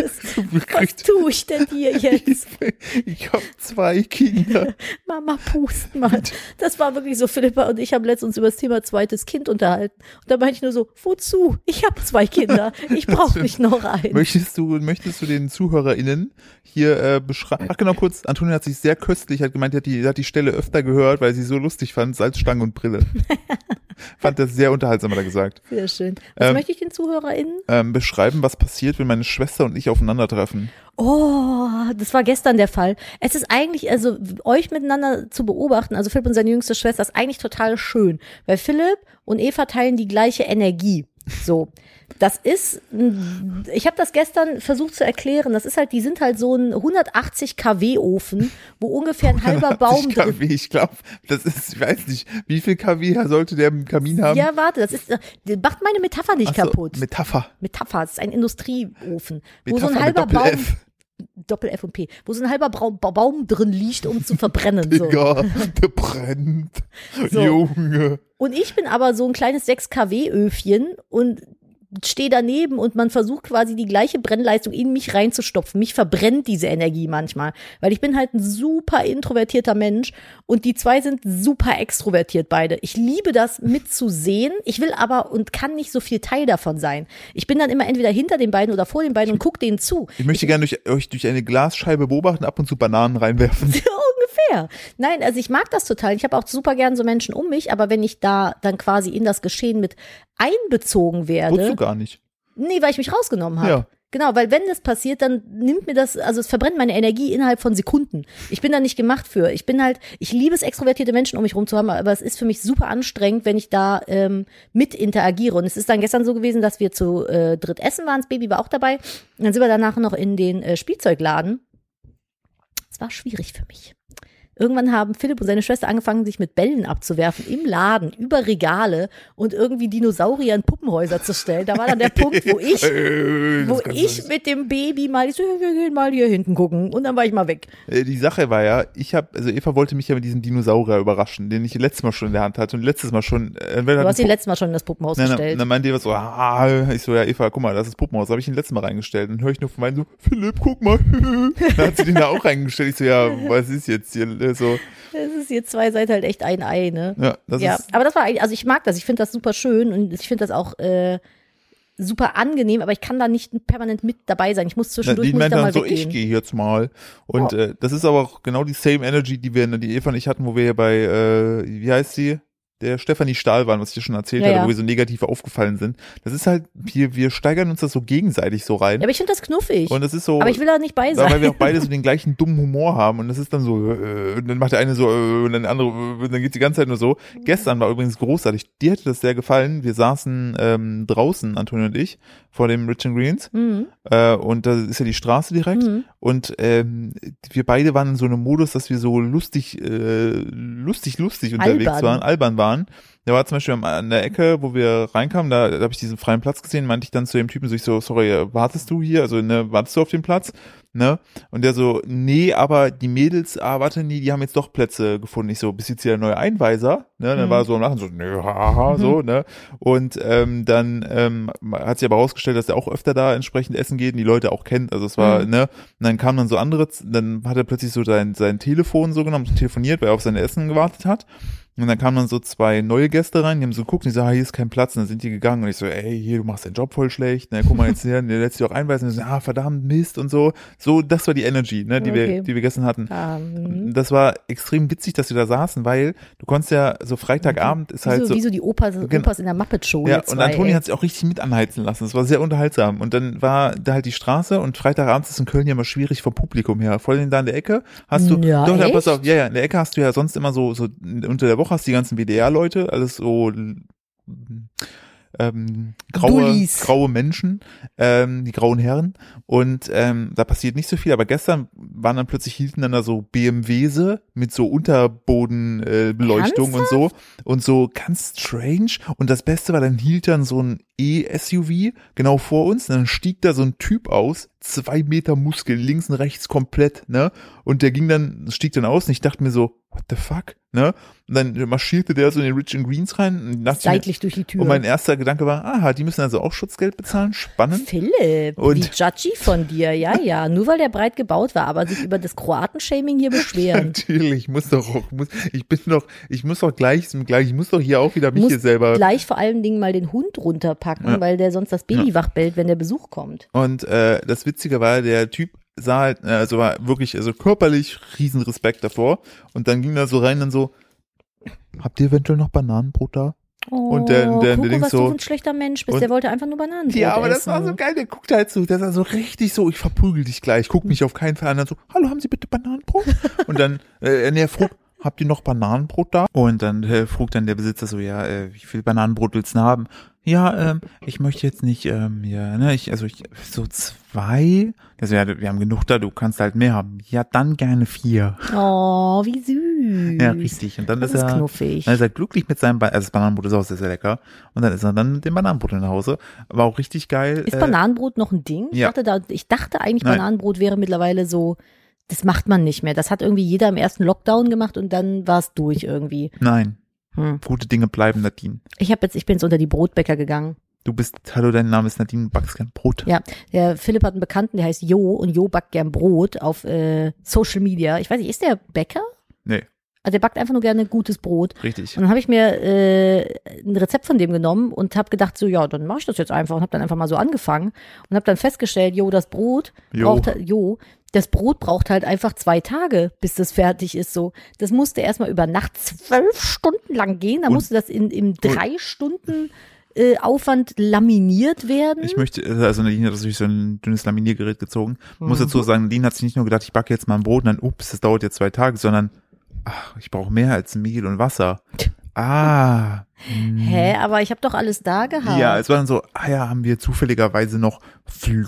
Was tue ich denn hier jetzt?
Ich hab zwei Kinder.
Mama, pust mal. Das war wirklich so, Philippa und ich haben letztens über das Thema zweites Kind unterhalten. Und da meinte ich nur so, wozu? Ich habe zwei Kinder. Ich brauche nicht noch einen.
Möchtest du, möchtest du den ZuhörerInnen hier äh, beschreiben? Ach genau, kurz, Antonia hat sich sehr köstlich, hat gemeint, die hat die, die hat die Stelle öfter gehört, weil sie so lustig fand, Salzstange und Brille. fand das sehr unterhaltsam, hat er gesagt.
Sehr schön. Was
Ähm,
möchte ich den ZuhörerInnen?
Ähm, beschreiben, was passiert, wenn meine Schwester und ich aufeinandertreffen.
Oh, das war gestern der Fall. Es ist eigentlich, also euch miteinander zu beobachten, also Philipp und seine jüngste Schwester, ist eigentlich total schön, weil Philipp und Eva teilen die gleiche Energie. So, das ist, ein- ich habe das gestern versucht zu erklären, das ist halt, die sind halt so ein 180 kW Ofen, wo ungefähr ein halber Baum
80
drin
kW, ich glaube, das ist, ich weiß nicht, wie viel kW sollte der im Kamin haben?
Ja, warte, das ist, äh, macht meine Metapher nicht
Ach so,
kaputt.
Metapher.
Metapher, es ist ein Industrieofen, wo so
Metapher
ein halber
mit
Baum,
Doppel-F.
Doppel F und P, wo so ein halber Brau- Ba- Baum drin liegt, um zu verbrennen. so.
Digga, der brennt.
So.
Junge.
Und ich bin aber so ein kleines 6 kW-Öfchen und stehe daneben und man versucht quasi die gleiche Brennleistung in mich reinzustopfen. Mich verbrennt diese Energie manchmal, weil ich bin halt ein super introvertierter Mensch und die zwei sind super extrovertiert beide. Ich liebe das mitzusehen, ich will aber und kann nicht so viel Teil davon sein. Ich bin dann immer entweder hinter den beiden oder vor den beiden und guck denen zu.
Ich möchte gerne durch, euch durch eine Glasscheibe beobachten, ab und zu Bananen reinwerfen.
ungefähr. Nein, also ich mag das total. Ich habe auch super gern so Menschen um mich, aber wenn ich da dann quasi in das Geschehen mit einbezogen
Wusstest
werde,
du gar nicht.
nee, weil ich mich rausgenommen habe.
Ja.
Genau, weil wenn das passiert, dann nimmt mir das, also es verbrennt meine Energie innerhalb von Sekunden. Ich bin da nicht gemacht für. Ich bin halt, ich liebe es, extrovertierte Menschen um mich rum zu haben, aber es ist für mich super anstrengend, wenn ich da ähm, mit interagiere. Und es ist dann gestern so gewesen, dass wir zu äh, dritt essen waren, das Baby war auch dabei. Und dann sind wir danach noch in den äh, Spielzeugladen. Es war schwierig für mich. Irgendwann haben Philipp und seine Schwester angefangen, sich mit Bällen abzuwerfen im Laden, über Regale und irgendwie Dinosaurier in Puppenhäuser zu stellen. Da war dann der Punkt, wo ich
Äh, das
wo
kannst du
ich mit dem Baby mal, ich so, ja, wir gehen mal hier hinten gucken und dann war ich mal weg.
Äh, Die Sache war ja, ich habe, also Eva wollte mich ja mit diesem Dinosaurier überraschen, den ich letztes Mal schon in der Hand hatte und letztes Mal schon. Äh,
Du hast ihn letztes Mal schon in das Puppenhaus
Nein, nein,
gestellt.
dann meinte Eva so, ah, ich so, ja, Eva, guck mal, das ist Puppenhaus, habe ich ihn letztes Mal reingestellt. Dann höre ich nur von meinen so, Philipp, guck mal. dann hat sie den da auch reingestellt. Ich so, ja, was ist jetzt hier? äh, so.
Das ist, ihr zwei seid halt echt ein Ei, ne?
Ja, das
ja,
ist.
aber das war eigentlich, also ich mag das, ich finde das super schön und ich finde das auch äh, super angenehm, aber ich kann da nicht permanent mit dabei sein. Ich muss
Na,
zwischendurch
die
muss ich
meinen
da mal
dann so, ich
weggehen.
gehe jetzt mal. Und äh, das ist aber auch genau die same Energy, die wir, die Eva und ich hatten, wo wir hier bei, äh, wie heißt sie? Der Stefanie Stahl waren, was ich dir schon erzählt
Ja,
habe,
ja.
wo wir so negativ aufgefallen sind. Das ist halt, wir, wir steigern uns das so gegenseitig so rein.
ja, aber ich finde das knuffig.
und das ist so.
aber ich will da nicht bei
Ja, weil
sein.
wir auch beide so den gleichen dummen Humor haben und das ist dann so, äh, und dann macht der eine so, äh, und dann der andere, äh, und dann geht's die ganze Zeit nur so. Gestern war übrigens großartig, dir hätte das sehr gefallen. Wir saßen ähm, draußen, Antonio und ich, vor dem Rich and Greens
Mhm.
äh, und da ist ja die Straße direkt
Mhm.
und ähm, wir beide waren in so einem Modus, dass wir so lustig, äh, lustig, lustig unterwegs
Albern.
waren, albern waren. Da war zum Beispiel am- an der Ecke, wo wir reinkamen, da, da habe ich diesen freien Platz gesehen, meinte ich dann zu dem Typen so, ich so, sorry, äh, wartest du hier? Also, ne, wartest du auf den Platz? Ne? Und der so, nee, aber die Mädels, ah, warte, nee, die haben jetzt doch Plätze gefunden. Ich so, bist jetzt hier der neue Einweiser? Ne? Dann
Mhm.
war er so am Lachen, so, nö, haha, so, ne? Und ähm, dann ähm, hat sich aber herausgestellt, dass er auch öfter da entsprechend essen geht und die Leute auch kennt. Also es war,
Mhm.
ne? Und dann kamen dann so andere, Z- dann hat er plötzlich so sein, sein Telefon so genommen, telefoniert, weil er auf sein Essen gewartet hat. Und dann kamen dann so zwei neue Gäste rein, die haben so geguckt und die so, ah, hier ist kein Platz. Und dann sind die gegangen und ich so, ey, hier, du machst deinen Job voll schlecht. Ne, guck mal jetzt her, der lässt dich auch einweisen. Und so, ah, verdammt, Mist und so. So, das war die Energy, ne, die, wir,
Okay.
die wir gestern hatten.
Ah, mhm.
Das war extrem witzig, dass wir da saßen, weil du konntest ja so Freitagabend ist
Wie
halt
so,
so.
wie so die Opas,
Genau.
Opas in der Muppet-Show.
Ja,
ihr
und
zwei, äh,
Antoni
ey.
hat sich auch richtig mit anheizen lassen. Es war sehr unterhaltsam. Und dann war da halt die Straße und Freitagabends ist in Köln ja immer schwierig vom Publikum her. Vor allem da in der Ecke hast du,
Mm, Ja,
doch, da pass
echt?
auf, ja, ja, in der Ecke hast du ja sonst immer so, so, unter der Woche hast du die ganzen WDR-Leute, alles so, mm, ähm, graue,
Dullis.
graue Menschen, ähm, die grauen Herren. Und ähm, da passiert nicht so viel. Aber gestern waren dann plötzlich hielten dann da so BMWs mit so Unterbodenbeleuchtung äh, Beleuchtung und so und so ganz strange. Und das Beste war, dann hielt dann so ein E E-SUV genau vor uns. Und dann stieg da so ein Typ aus, zwei Meter Muskeln links und rechts komplett, ne? Und der ging dann, stieg dann aus und ich dachte mir so, what the fuck, ne? Und dann marschierte der so in den Rich and Greens rein und dachte ich mir,
seitlich durch die Tür.
und mein erster Gedanke war, aha, die müssen also auch Schutzgeld bezahlen, spannend.
Philipp,
Hm? Und-
wie judgy von dir, ja, ja. Nur weil der breit gebaut war, aber sich über das Kroatenshaming hier beschweren.
Natürlich, muss doch auch, muss, ich bin doch, ich muss doch gleich, gleich, ich muss doch hier auch wieder mich
Muss
hier selber.
Gleich vor allen Dingen mal den Hund runterpacken,
Ja.
weil der sonst das Baby wach bellt, wenn der Besuch kommt.
Und äh, das Witzige war, der Typ sah halt, äh, also war wirklich, also körperlich riesen Respekt davor. Und dann ging er so rein, dann so, habt ihr eventuell noch Bananenbrot da?
Oh,
Und der- der- der
Coco,
Ding
was
so-
du für ein schlechter Mensch bist,
und-
der wollte einfach nur Bananen
Ja, aber das war so geil, der guckt halt so, der sah so richtig so, ich verprügel dich gleich, guck mich auf keinen Fall an, dann so, hallo, haben Sie bitte Bananenbrot? Und dann, äh, nee, er frug, habt ihr noch Bananenbrot da? Und dann äh, frug dann der Besitzer so, ja, äh, wie viel Bananenbrot willst du denn haben? Ja, ähm, ich möchte jetzt nicht, ähm, ja, ne, ich, also ich, so zwei, also ja, wir haben genug da, du kannst halt mehr haben. Ja, dann gerne vier.
Oh, wie süß.
Ja, richtig. Und dann
Das
ist
ist
er,
knuffig.
dann ist er glücklich mit seinem, ba also das Bananenbrot ist auch sehr, sehr lecker. Und dann ist er dann mit dem Bananenbrot nach Hause. War auch richtig geil.
Ist
äh,
Bananenbrot noch ein Ding? Ich,
ja.
dachte, da, ich dachte eigentlich,
Nein.
Bananenbrot wäre mittlerweile so, das macht man nicht mehr. Das hat irgendwie jeder im ersten Lockdown gemacht und dann war es durch irgendwie.
Nein.
Hm.
Gute Dinge bleiben, Nadine.
Ich habe jetzt, ich bin jetzt unter die Brotbäcker gegangen.
Du bist, hallo, dein Name ist Nadine, du backst gern Brot.
Ja, der Philipp hat einen Bekannten, der heißt Jo und Jo backt gern Brot auf äh, Social Media. Ich weiß nicht, ist der Bäcker?
Nee,
Also der backt einfach nur gerne gutes Brot.
richtig.
Und dann habe ich mir äh, ein Rezept von dem genommen und habe gedacht, so ja, dann mache ich das jetzt einfach und habe dann einfach mal so angefangen und habe dann festgestellt, jo, das Brot
Jo.
braucht halt, jo, das Brot braucht halt einfach zwei Tage, bis das fertig ist. So, das musste erstmal über Nacht zwölf Stunden lang gehen. Dann
Und-
musste das in im drei Stunden äh, Aufwand laminiert werden.
Ich möchte, also Nadine hat natürlich so ein dünnes Laminiergerät gezogen. Muss
Mhm.
dazu sagen, Nadine hat sich nicht nur gedacht, ich backe jetzt mal ein Brot und dann, ups, das dauert jetzt zwei Tage, sondern, ach, ich brauche mehr als Mehl und Wasser. Ah.
Hä, aber ich habe doch alles da gehabt.
Ja, es war dann so, ah ja, haben wir zufälligerweise noch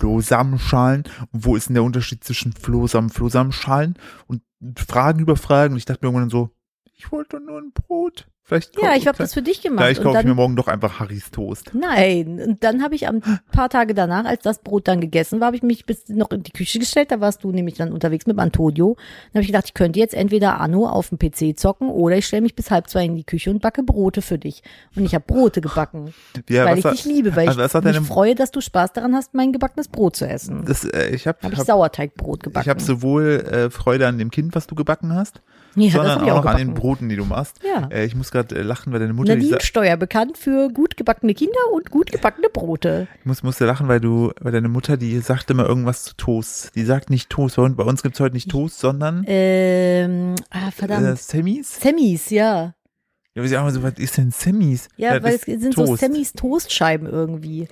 Flohsamenschalen. Und wo ist denn der Unterschied zwischen Flohsamen und Flohsamenschalen? Und Fragen über Fragen. Und ich dachte mir irgendwann so, ich wollte nur ein Brot. Vielleicht
Ja, ich habe das für dich gemacht.
Vielleicht
und
kaufe ich mir
dann,
morgen doch einfach Harrys Toast.
nein, und dann habe ich am paar Tage danach, als das Brot dann gegessen war, habe ich mich bis noch in die Küche gestellt. Da warst du nämlich dann unterwegs mit Antonio. Dann habe ich gedacht, ich könnte jetzt entweder Anno auf dem PC zocken oder ich stelle mich bis halb zwei in die Küche und backe Brote für dich. Und ich habe Brote gebacken,
Ja,
weil
was
ich
hat-
dich liebe, weil
also was
ich
hat
mich
deine-
freue, dass du Spaß daran hast, mein gebackenes Brot zu essen.
Das, äh, ich habe
Habe ich
hab,
Sauerteigbrot gebacken.
ich hab sowohl äh, Freude an dem Kind, was du gebacken hast,
ja, das
sondern
habe ich auch
noch an den
gebacken.
Broten, die du machst.
Ja.
Äh, ich muss gerade äh, lachen, weil deine Mutter die
Nadine
sa-
Steuer bekannt für gut gebackene Kinder und gut gebackene Brote.
Ich muss, musste lachen, weil du, weil deine Mutter, die sagt immer irgendwas zu Toast. Die sagt nicht Toast. Bei uns, bei uns gibt's heute nicht Toast,
Äh,
sondern
Ähm, ah,
äh,
verdammt.
Semis.
Semis, ja.
Ja, wir sagen immer so, was ist denn Semis?
Ja,
das
weil es
ist
sind so
Toast.
Semis Toastscheiben irgendwie.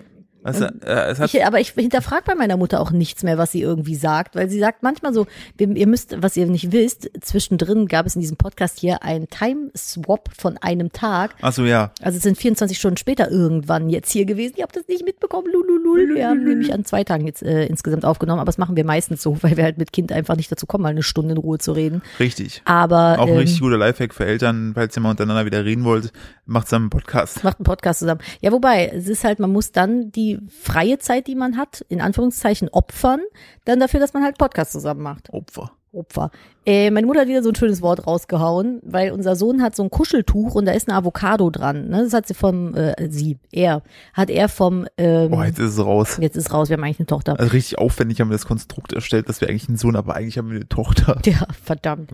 Was, äh, es hat,
Ich, aber ich hinterfrage bei meiner Mutter auch nichts mehr, was sie irgendwie sagt, weil sie sagt manchmal so, wir- ihr müsst, was ihr nicht wisst, zwischendrin gab es in diesem Podcast hier einen Time-Swap von einem Tag.
ach so, ja.
Also es sind 24 Stunden später irgendwann jetzt hier gewesen. Ihr habt das nicht mitbekommen, lululul. Wir haben nämlich an zwei Tagen jetzt äh, insgesamt aufgenommen, aber das machen wir meistens so, weil wir halt mit Kind einfach nicht dazu kommen, mal eine Stunde in Ruhe zu reden.
Richtig.
Aber
Auch ein
ähm,
richtig guter Lifehack für Eltern, falls ihr mal untereinander wieder reden wollt, macht zusammen einen Podcast.
macht einen Podcast zusammen. Ja, wobei, es ist halt, man muss dann die freie Zeit, die man hat, in Anführungszeichen opfern, dann dafür, dass man halt Podcast zusammen macht.
Opfer.
Opfer. Äh, meine Mutter hat wieder so ein schönes Wort rausgehauen, weil unser Sohn hat so ein Kuscheltuch und da ist eine Avocado dran. Ne? Das hat sie vom, äh, sie, er, hat er vom, ähm,
Boah, jetzt ist es raus.
jetzt ist raus, wir haben eigentlich eine Tochter.
Also richtig aufwendig haben wir das Konstrukt erstellt, dass wir eigentlich einen Sohn, aber eigentlich haben wir eine Tochter.
Ja, verdammt.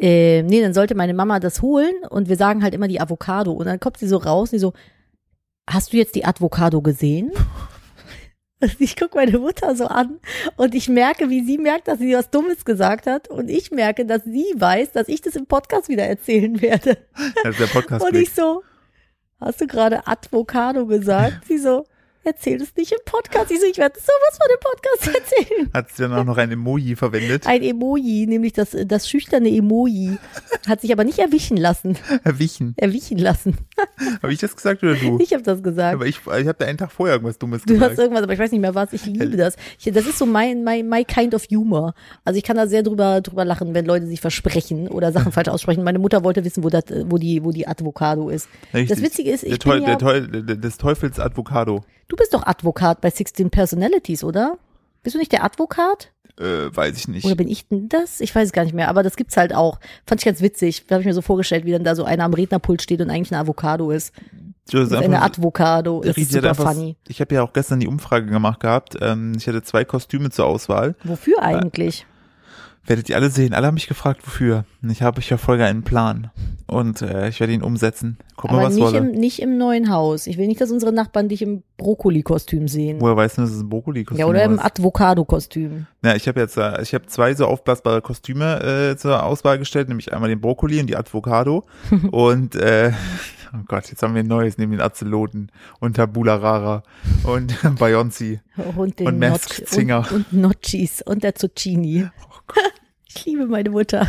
Äh, nee, dann sollte meine Mama das holen und wir sagen halt immer die Avocado. Und dann kommt sie so raus und die so, hast du jetzt die Avocado gesehen? Und Ich gucke meine Mutter so an und ich merke, wie sie merkt, dass sie was Dummes gesagt hat. Und ich merke, dass sie weiß, dass ich das im Podcast wieder erzählen werde.
Das ist der podcast
Und ich so, hast du gerade Advocado gesagt? Sie so, erzähl es nicht im Podcast. Ich so, ich werde sowas von dem Podcast erzählen.
Hat sie dann auch noch ein Emoji verwendet?
Ein Emoji, nämlich das, das schüchterne Emoji. Hat sich aber nicht erwischen lassen.
Erwichen.
Erwischen lassen.
Habe ich das gesagt oder du?
Ich habe das gesagt.
Aber ich, ich habe da einen Tag vorher irgendwas Dummes
Du
gesagt.
hast irgendwas, aber ich weiß nicht mehr was. Ich liebe das. Ich, das ist so mein, my, my kind of humor. Also ich kann da sehr drüber, drüber lachen, wenn Leute sich versprechen oder Sachen falsch aussprechen. Meine Mutter wollte wissen, wo, das, wo, die, wo die Advocado ist. Das Witzige ist,
der
ich
Teufel,
bin ja,
der Teufel, der- des Teufels Advocado.
du bist doch Advokat bei 16 Personalities, oder? Bist du nicht der Advokat?
Äh, weiß ich nicht.
Oder bin ich denn das? Ich weiß es gar nicht mehr, aber das gibt's halt auch. Fand ich ganz witzig. Da habe ich mir so vorgestellt, wie dann da so einer am Rednerpult steht und eigentlich ein Avocado ist.
Das
Das ist eine Advocado. Das ist
Riecht ja
super
einfach-
funny.
Ich habe ja auch gestern die Umfrage gemacht gehabt. Ähm, ich hatte zwei Kostüme zur Auswahl.
Wofür eigentlich?
Werdet ihr alle sehen. Alle haben mich gefragt, wofür. Und Ich habe, ich verfolge einen Plan. Und äh, ich werde ihn umsetzen. Guck mal,
Aber
was
nicht
wolle.
im, nicht im neuen Haus. Ich will nicht, dass unsere Nachbarn dich im Brokkoli-Kostüm sehen.
Woher weißt du, dass es ein Brokkoli-Kostüm
Ja, oder im
ist?
Advocado-Kostüm.
Ja, ich habe jetzt, äh, ich habe zwei so aufblasbare Kostüme äh, zur Auswahl gestellt, nämlich einmal den Brokkoli und die Avocado und äh, oh Gott, jetzt haben wir ein neues neben den Azeloten und Tabula Rara und Bayonzi.
Und den
Und Masked
Notch-
Singer. Oh
Und, und Notchis und der Zucchini. Ich liebe meine Mutter.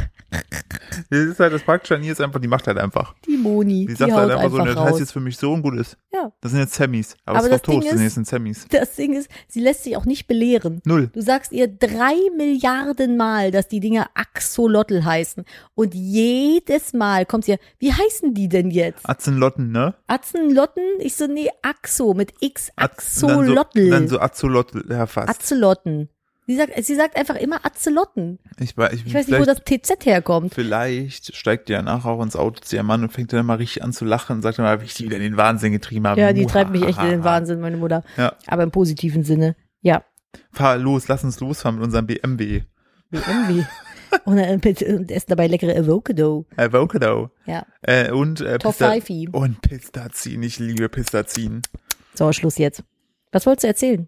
Das ist halt das Praktische an ihr ist einfach, die macht halt einfach.
Die
Die
Moni. Die,
sagt
haut
halt einfach so,
einfach
das heißt
raus.
jetzt für mich so und gut ist.
Ja.
Das sind jetzt Semis, aber,
Aber
es ist
das
doch Toast,
Ding
das
ist-
sind Semis.
Das Ding ist, sie lässt sich auch nicht belehren.
Null.
Du sagst ihr drei Milliarden Mal, dass die Dinger Axolotl heißen. Und jedes Mal kommt sie, wie heißen die denn jetzt?
Atzenlotten, ne?
Atzenlotten? Ich so, nee, Axo mit X,
Atz- und Dann so, dann
Axolotl.
so Azolotl, ja fast.
Atzelotten. Sie sagt, sie sagt einfach immer Atzelotten.
ich, weiß- ich,
Ich weiß nicht, wo
vielleicht-
das TZ herkommt.
Vielleicht steigt die danach auch ins Auto zu ihrem Mann und fängt dann mal richtig an zu lachen und sagt dann mal, wie ich die wieder in den Wahnsinn getrieben habe.
Ja, die treibt mich echt in den Wahnsinn, meine Mutter.
Ja.
Aber im positiven Sinne. Ja,
Fahr los, lass uns losfahren mit unserem BMW.
irgendwie. und, dann mit, äh, und essen dabei leckere Avocado.
Avocado.
Ja.
Äh, und, äh,
Top
Pista-
Fifey.
und Pistazin. Ich liebe Pistazin.
So, Schluss jetzt. Was wolltest du erzählen?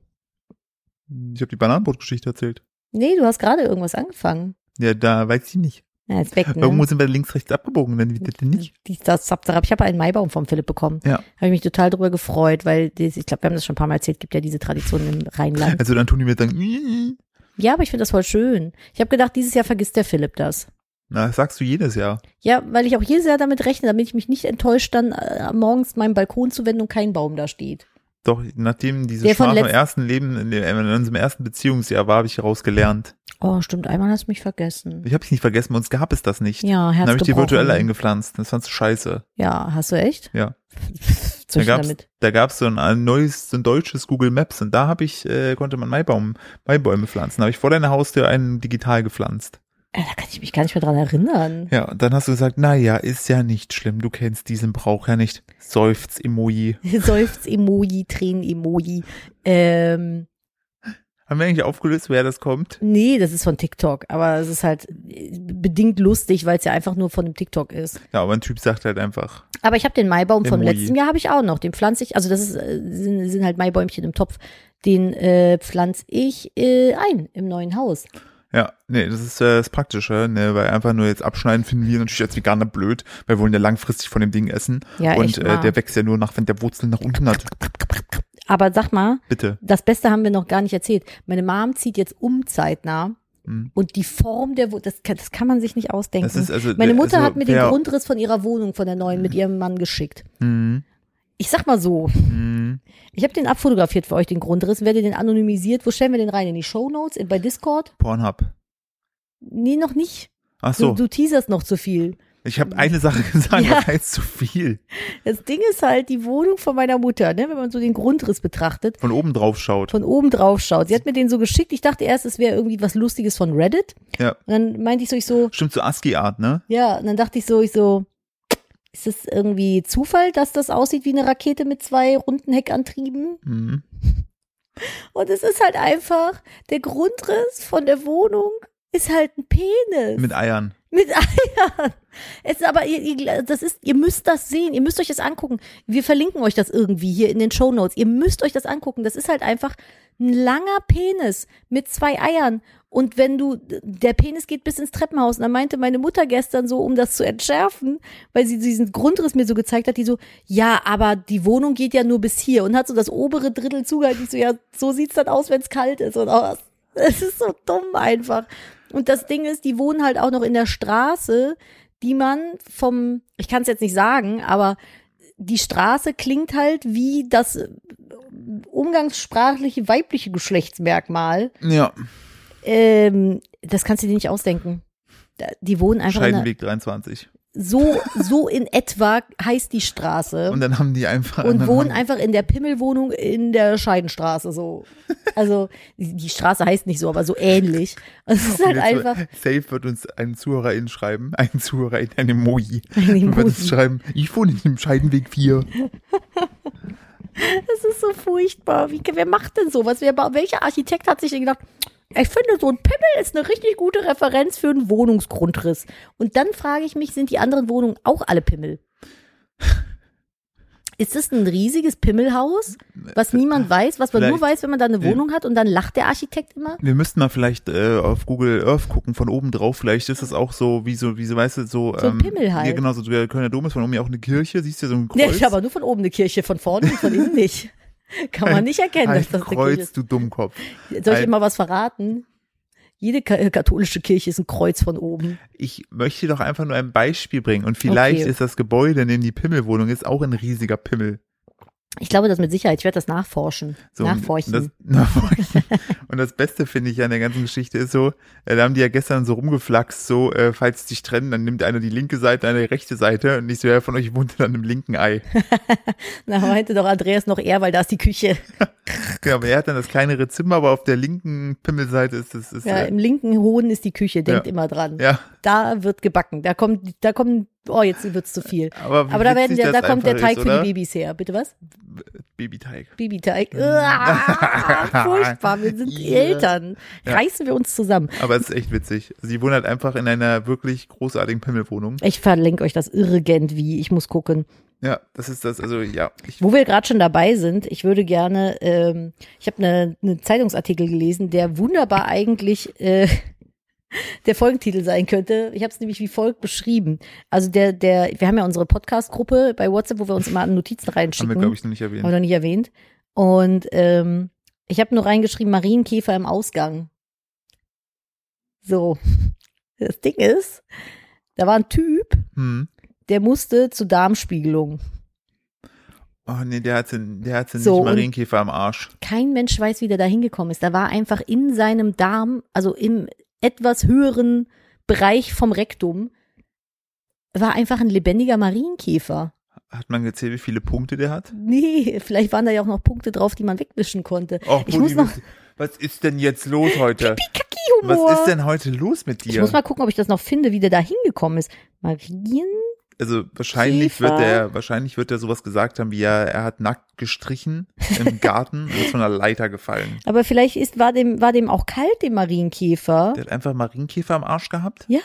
Ich habe die Bananenbrotgeschichte erzählt.
Nee, du hast gerade irgendwas angefangen.
Ja, da weiß ich nicht.
Ja, ist weg, ne?
Irgendwo sind wir links, rechts abgebogen, dann wird das denn nicht.
Die- das Zapzarab. Ich habe einen Maibaum vom Philipp bekommen.
Ja.
Habe ich mich total drüber gefreut, weil das, ich glaube, wir haben das schon ein paar Mal erzählt, gibt ja diese Tradition im Rheinland.
Also dann tun die mir dann, "Mm."
Ja, aber ich finde das voll schön. Ich habe gedacht, dieses Jahr vergisst der Philipp das.
na, das sagst du jedes Jahr.
Ja, weil ich auch jedes Jahr damit rechne, damit ich mich nicht enttäuscht dann äh, morgens meinem Balkon zu wenden und kein Baum da steht.
Doch, nachdem diese
Der von
Sprache im
letzt-
ersten Leben, in, dem, in unserem ersten Beziehungsjahr war, habe ich herausgelernt.
Oh, stimmt, einmal hast du mich vergessen.
Ich habe dich nicht vergessen, bei uns gab es das nicht.
Ja, Herz
Dann habe ich dir
gebrochen. ne?
virtuell eingepflanzt. Das fandst du scheiße.
Ja, hast du echt?
Ja.
Zwischen
gab's-
damit.
Da gab es so ein, ein neues, so ein deutsches Google Maps und da habe ich, äh, konnte man Maibaum, Maibäume pflanzen. Da habe ich vor deiner Haustür einen digital gepflanzt.
Äh, Da kann ich mich gar nicht mehr dran erinnern.
Ja, und dann hast du gesagt, na ja, ist ja nicht schlimm, du kennst diesen Brauch ja nicht. Seufz-Emoji.
Seufz-Emoji, Tränen-Emoji. Ähm,
Haben wir eigentlich aufgelöst, wer das kommt?
nee, das ist von TikTok, aber es ist halt äh, bedingt lustig, weil es ja einfach nur von dem TikTok ist.
Ja, aber ein Typ sagt halt einfach,
Aber ich habe den Maibaum vom
Emoji.
letzten Jahr habe ich auch noch. Den pflanze ich, also das ist, äh, sind, sind halt Maibäumchen im Topf. Den äh, pflanze ich äh, ein im neuen Haus.
ja, nee, das ist äh, das Praktische, ne, weil einfach nur jetzt abschneiden finden wir natürlich als Veganer blöd, weil wir wollen ja langfristig von dem Ding essen.
Ja,
und
echt
äh,
wahr.
der wächst ja nur nach, wenn der Wurzel nach unten hat.
Aber sag mal,
Bitte.
das Beste haben wir noch gar nicht erzählt. Meine Mom zieht jetzt um zeitnah.
Mhm.
Und die Form der Wohnung, das, kann- das kann man sich nicht ausdenken.
Das ist also-
Meine Mutter
also
hat mir den
wer-
Grundriss von ihrer Wohnung, von der neuen, mit ihrem Mann geschickt.
Mhm.
Ich sag mal so,
Mhm.
ich habe den abfotografiert für euch, den Grundriss, werde den anonymisiert. Wo stellen wir den rein? In die Shownotes? In- Bei Discord?
Pornhub.
Nee, noch nicht.
Ach so,
Du, du teaserst noch zu viel.
ich habe eine Sache gesagt,
Ja.
das heißt zu viel.
Das Ding ist halt die Wohnung von meiner Mutter, ne? wenn man so den Grundriss betrachtet,
Von oben drauf schaut.
von oben drauf schaut. Sie hat mir den so geschickt. Ich dachte erst, es wäre irgendwie was Lustiges von Reddit.
Ja.
Und dann meinte ich so, ich so,
Stimmt so ASCII-Art, ne?
ja, und dann dachte ich so, ich so, ist das irgendwie Zufall, dass das aussieht wie eine Rakete mit zwei runden Heckantrieben?
Mhm.
Und es ist halt einfach, der Grundriss von der Wohnung ist halt ein Penis.
Mit Eiern.
Mit Eiern. Es ist aber, ihr, ihr, das ist, ihr müsst das sehen, ihr müsst euch das angucken. Wir verlinken euch das irgendwie hier in den Show Notes. Ihr müsst euch das angucken. Das ist halt einfach ein langer Penis mit zwei Eiern. Und wenn du, der Penis geht bis ins Treppenhaus. Und dann meinte meine Mutter gestern so, um das zu entschärfen, weil sie diesen Grundriss mir so gezeigt hat, die so, ja, aber die Wohnung geht ja nur bis hier und hat so das obere Drittel zugehalten. Ich so, ja, so sieht's dann aus, wenn's kalt ist und aus. Es ist so dumm einfach. Und das Ding ist, die wohnen halt auch noch in der Straße, die man vom, ich kann es jetzt nicht sagen, aber die Straße klingt halt wie das äh, umgangssprachliche weibliche Geschlechtsmerkmal.
Ja,
Ähm, das kannst du dir nicht ausdenken. Da- Die wohnen einfach in einer,
Scheidenweg 23.
so, so in etwa heißt die Straße
Und
und,
dann haben die einfach. dann
wohnen
haben,
einfach in der Pimmelwohnung in der Scheidenstraße so. Also die die Straße heißt nicht so, aber so ähnlich. Es ist halt
jetzt
einfach
wird- Safe wird uns ein Zuhörerin schreiben, ein Zuhörer in einem Emoji.
Ein
Und Wird
Emoji.
uns schreiben, ich wohne in dem Scheidenweg 4.
Das ist so furchtbar. Wie, wer macht denn sowas? Wer, ba- welcher Architekt hat sich denn gedacht, ich finde, so ein Pimmel ist eine richtig gute Referenz für einen Wohnungsgrundriss. Und dann frage ich mich, sind die anderen Wohnungen auch alle Pimmel? Ist das ein riesiges Pimmelhaus, was niemand weiß, was man nur
Äh, Vielleicht-
weiß, wenn man da eine Wohnung hat und dann lacht der Architekt immer?
Wir müssten mal vielleicht äh, auf Google Earth gucken, von oben drauf. Vielleicht ist das auch so, wie so, wie so, weißt du, so.
So ein Pimmel halt.
Ja, genau, so der Kölner Dom ist von oben ja auch eine Kirche. Siehst du so ein
Nee,
Kreuz?
ich habe aber nur von oben eine Kirche, von vorne und von innen nicht. Kann man nicht erkennen,
ein
dass das eine
Kreuz,
Kirche ist.
du Dummkopf.
Soll ich
ein-
immer was verraten? Jede ka- äh, katholische Kirche ist ein Kreuz von oben.
Ich möchte doch einfach nur ein Beispiel bringen. Und vielleicht
Okay.
ist das Gebäude, in dem die Pimmelwohnung ist, auch ein riesiger Pimmel.
Ich glaube das mit Sicherheit. Ich werde das nachforschen.
So,
nachforschen.
Und das, nachforchen. und das Beste finde ich an der ganzen Geschichte ist so, äh, da haben die ja gestern so rumgeflaxt, so, äh, falls sie sich trennen, dann nimmt einer die linke Seite, einer die rechte Seite und ich so, ja, von euch wohnt dann im linken Ei.
Na, meinte doch Andreas noch eher, weil da ist die Küche.
ja, aber er hat dann das kleinere Zimmer, aber auf der linken Pimmelseite ist es, ist,
Ja,
äh,
Im linken Hohen ist die Küche, denkt
Ja.
immer dran.
ja,
Da wird gebacken. Da kommt, da kommen, oh, jetzt wird's zu viel.
aber, wie
Aber da, werden,
witzig
der- da
das
kommt der
einfach
Teig
ist,
für
oder?
die Babys her. Bitte was?
Babyteig.
Babyteig. Uah, Furchtbar, wir sind
Ja.
Eltern.
Ja.
Reißen wir uns zusammen.
Aber es ist echt witzig. Sie wohnt halt einfach in einer wirklich großartigen Pimmelwohnung.
Ich verlinke euch das irgendwie. Ich muss gucken.
Ja, das ist das, also ja, ich,
Wo wir gerade schon dabei sind, ich würde gerne, ähm, ich habe einen ne Zeitungsartikel gelesen, der wunderbar eigentlich äh, der Folgentitel sein könnte. Ich habe es nämlich wie folgt beschrieben. Also der, der, wir haben ja unsere Podcast-Gruppe bei WhatsApp, wo wir uns immer Notizen
haben
reinschicken.
wir, glaube ich, noch nicht
haben wir
erwähnt.
noch nicht erwähnt. Und ähm, ich habe nur reingeschrieben, Marienkäfer im Ausgang. So. Das Ding ist, da war ein Typ,
Hm.
der musste zur Darmspiegelung.
Oh nee, der hatte, der hatte
So,
nicht
und-
Marienkäfer am Arsch.
Kein Mensch weiß, wie der da hingekommen ist. Da war einfach in seinem Darm, also im etwas höheren Bereich vom Rektum, war einfach ein lebendiger Marienkäfer.
Hat man gezählt, wie viele Punkte der hat?
Nee, vielleicht waren da ja auch noch Punkte drauf, die man wegwischen konnte.
Och,
ich muss
Brudi,
noch
was ist denn jetzt los heute?
Pipi-Kacki-Humor.
Was ist denn heute los mit
Ich
dir?
muss mal gucken, ob ich das noch finde, wie der da hingekommen ist. Marien?
Also wahrscheinlich wird
Käfer.
der, wahrscheinlich wird er sowas gesagt haben, wie er, er hat nackt gestrichen im Garten und ist von einer Leiter gefallen.
Aber vielleicht ist, war, dem, war dem auch kalt, dem Marienkäfer.
Der hat einfach Marienkäfer am Arsch gehabt.
Ja,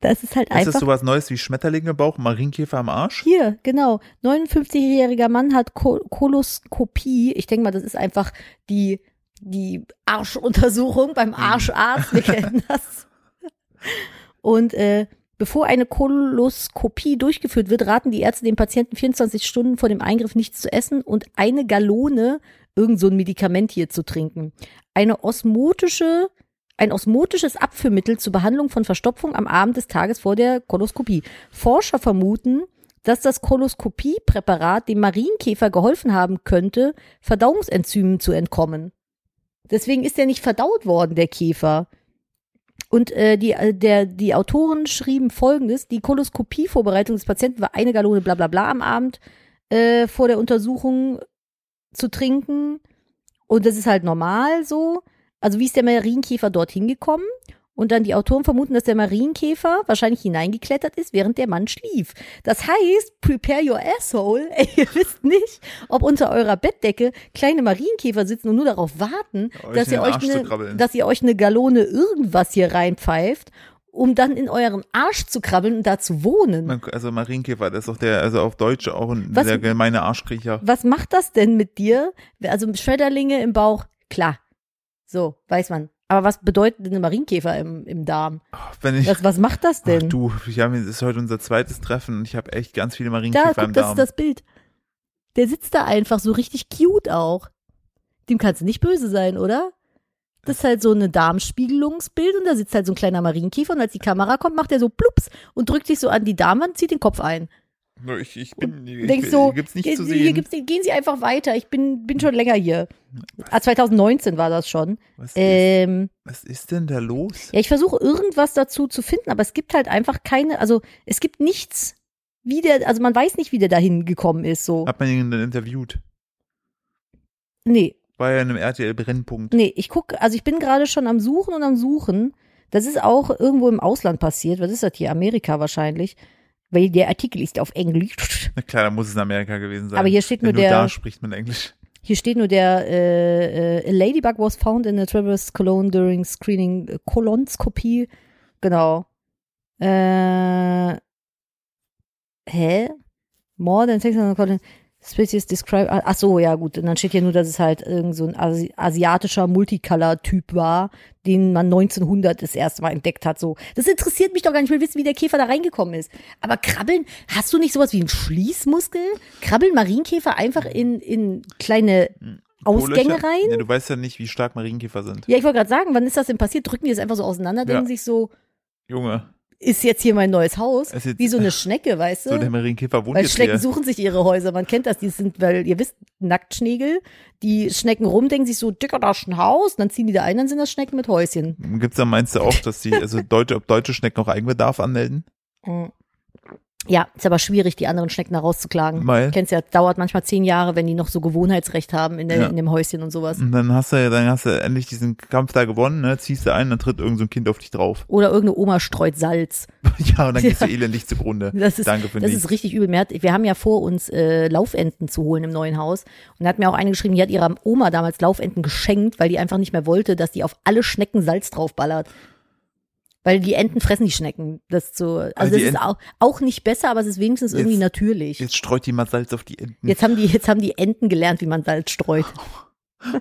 das ist halt
Ist das
einfach.
sowas Neues wie Schmetterlinge im Bauch, Marienkäfer am Arsch?
Hier, genau. 59-jähriger Mann hat Ko Koloskopie. Ich denke mal, das ist einfach die, die Arschuntersuchung beim Arscharzt. Wir kennen das. Und äh, bevor eine Koloskopie durchgeführt wird, raten die Ärzte dem Patienten 24 Stunden vor dem Eingriff nichts zu essen und eine Gallone irgend so ein Medikament hier zu trinken. Eine osmotische ein osmotisches Abführmittel zur Behandlung von Verstopfung am Abend des Tages vor der Koloskopie. Forscher vermuten, dass das Koloskopiepräparat dem Marienkäfer geholfen haben könnte, Verdauungsenzymen zu entkommen. Deswegen ist er nicht verdaut worden, der Käfer. Und äh, die, äh, der, die Autoren schrieben folgendes: Die Koloskopievorbereitung des Patienten war eine Gallone bla bla bla am Abend äh, vor der Untersuchung zu trinken. Und das ist halt normal so. Also wie ist der Marienkäfer dorthin gekommen? Und dann die Autoren vermuten, dass der Marienkäfer wahrscheinlich hineingeklettert ist, während der Mann schlief. Das heißt, prepare your asshole. Ey, ihr wisst nicht, ob unter eurer Bettdecke kleine Marienkäfer sitzen und nur darauf warten,
Euch
dass
in
ihr,
den
euch
Arsch zu
eine,
krabbeln.
dass ihr euch eine Gallone irgendwas hier reinpfeift, um dann in euren Arsch zu krabbeln und da zu wohnen.
Man, also Marienkäfer, das ist doch der, also auf Deutsch auch ein
Was-
sehr gemeiner Arschkriecher.
Was macht das denn mit dir? Also Schmetterlinge im Bauch, klar. So, weiß man. Aber was bedeutet denn ein Marienkäfer im, im Darm?
Wenn ich,
Was, was macht das
ach,
denn?
du, ich hab, das ist heute unser zweites Treffen und ich habe echt ganz viele
da,
Marienkäfer im
guck, das
Darm.
ist das Bild. Der sitzt da einfach so richtig cute auch. Dem kannst du nicht böse sein, oder? Das ist halt so eine Darmspiegelungsbild und da sitzt halt so ein kleiner Marienkäfer und als die Kamera kommt, macht er so plups und drückt sich so an die Darmwand, zieht den Kopf ein.
Nur Ich, ich bin, ich,
Denkst
ich,
so,
gibt's nicht
hier,
zu
Hier
sehen.
gibt's, nicht- gehen Sie einfach weiter, ich bin, bin schon länger hier. Ah, 2019 war das schon.
was, ist,
Ähm,
was ist denn da los?
ja, ich versuche irgendwas dazu zu finden, aber es gibt halt einfach keine, also es gibt nichts, wie der, also man weiß nicht, wie der dahin gekommen ist, so.
Hat man ihn dann interviewt?
Nee,
War ja in einem RTL-Brennpunkt.
nee, ich gucke, also ich bin gerade schon am Suchen und am Suchen. Das ist auch irgendwo im Ausland passiert. Was ist das hier? Amerika wahrscheinlich. Weil der Artikel ist auf Englisch.
Na klar, da muss es in Amerika gewesen sein.
Aber hier steht
Wenn
nur
du da
der,
spricht man Englisch.
hier steht nur der, äh, äh, a Ladybug was found in a Traverse Cologne during screening äh, Kolonskopie. Genau. Äh, hä? More than 600 Colon Species described. ah, Ach so, ja gut. Und dann steht hier nur, dass es halt irgend so ein Asi asiatischer Multicolor-Typ war, den man 1900 das erste Mal entdeckt hat. So, das interessiert mich doch gar nicht. Ich will wissen, wie der Käfer da reingekommen ist. Aber krabbeln, hast du nicht sowas wie einen Schließmuskel? Krabbeln Marienkäfer einfach in in kleine Ausgänge
Polöcher?
rein?
Ja, du weißt ja nicht, wie stark Marienkäfer sind.
Ja, ich wollte gerade sagen, wann ist das denn passiert? Drücken die das einfach so auseinander, denken
Ja.
sich so,
Junge,
ist jetzt hier mein neues Haus?
Es ist-
Wie so eine Schnecke, weißt du?
so der Marienkäfer wohnt
Äh, Weil
jetzt
Schnecken
hier.
suchen sich ihre Häuser. Man kennt das. Die sind, weil ihr wisst, Nacktschnägel. Die Schnecken rum, denken sich so, dicker, da ist ein Haus. Und dann ziehen die da ein, dann sind das Schnecken mit Häuschen.
Gibt's da meinst du auch, dass die, also deutsche, ob deutsche Schnecken auch Eigenbedarf anmelden?
Mhm. Ja, ist aber schwierig, die anderen Schnecken da rauszuklagen.
Weil?
Kennst ja, dauert manchmal zehn Jahre, wenn die noch so Gewohnheitsrecht haben in, der,
Ja.
in dem Häuschen und sowas.
Und dann hast du ja, dann hast du endlich diesen Kampf da gewonnen, ne? ziehst du ein, dann tritt irgend so ein Kind auf dich drauf.
Oder irgendeine Oma streut Salz.
ja, und dann gehst du elendig zugrunde.
Das ist,
Danke für
das
nichts.
ist richtig übel. Mir hat, wir haben ja vor uns äh, Laufenten zu holen im neuen Haus. Und da hat mir auch eine geschrieben, die hat ihrer Oma damals Laufenten geschenkt, weil die einfach nicht mehr wollte, dass die auf alle Schnecken Salz draufballert. Weil die Enten fressen die Schnecken. Das zu, also
Also
das
die
ist
Enten-
auch, auch nicht besser, aber es ist wenigstens irgendwie
Jetzt-
natürlich. Jetzt,
Jetzt streut die mal Salz auf die Enten.
haben die, jetzt haben die Enten gelernt, wie man Salz streut.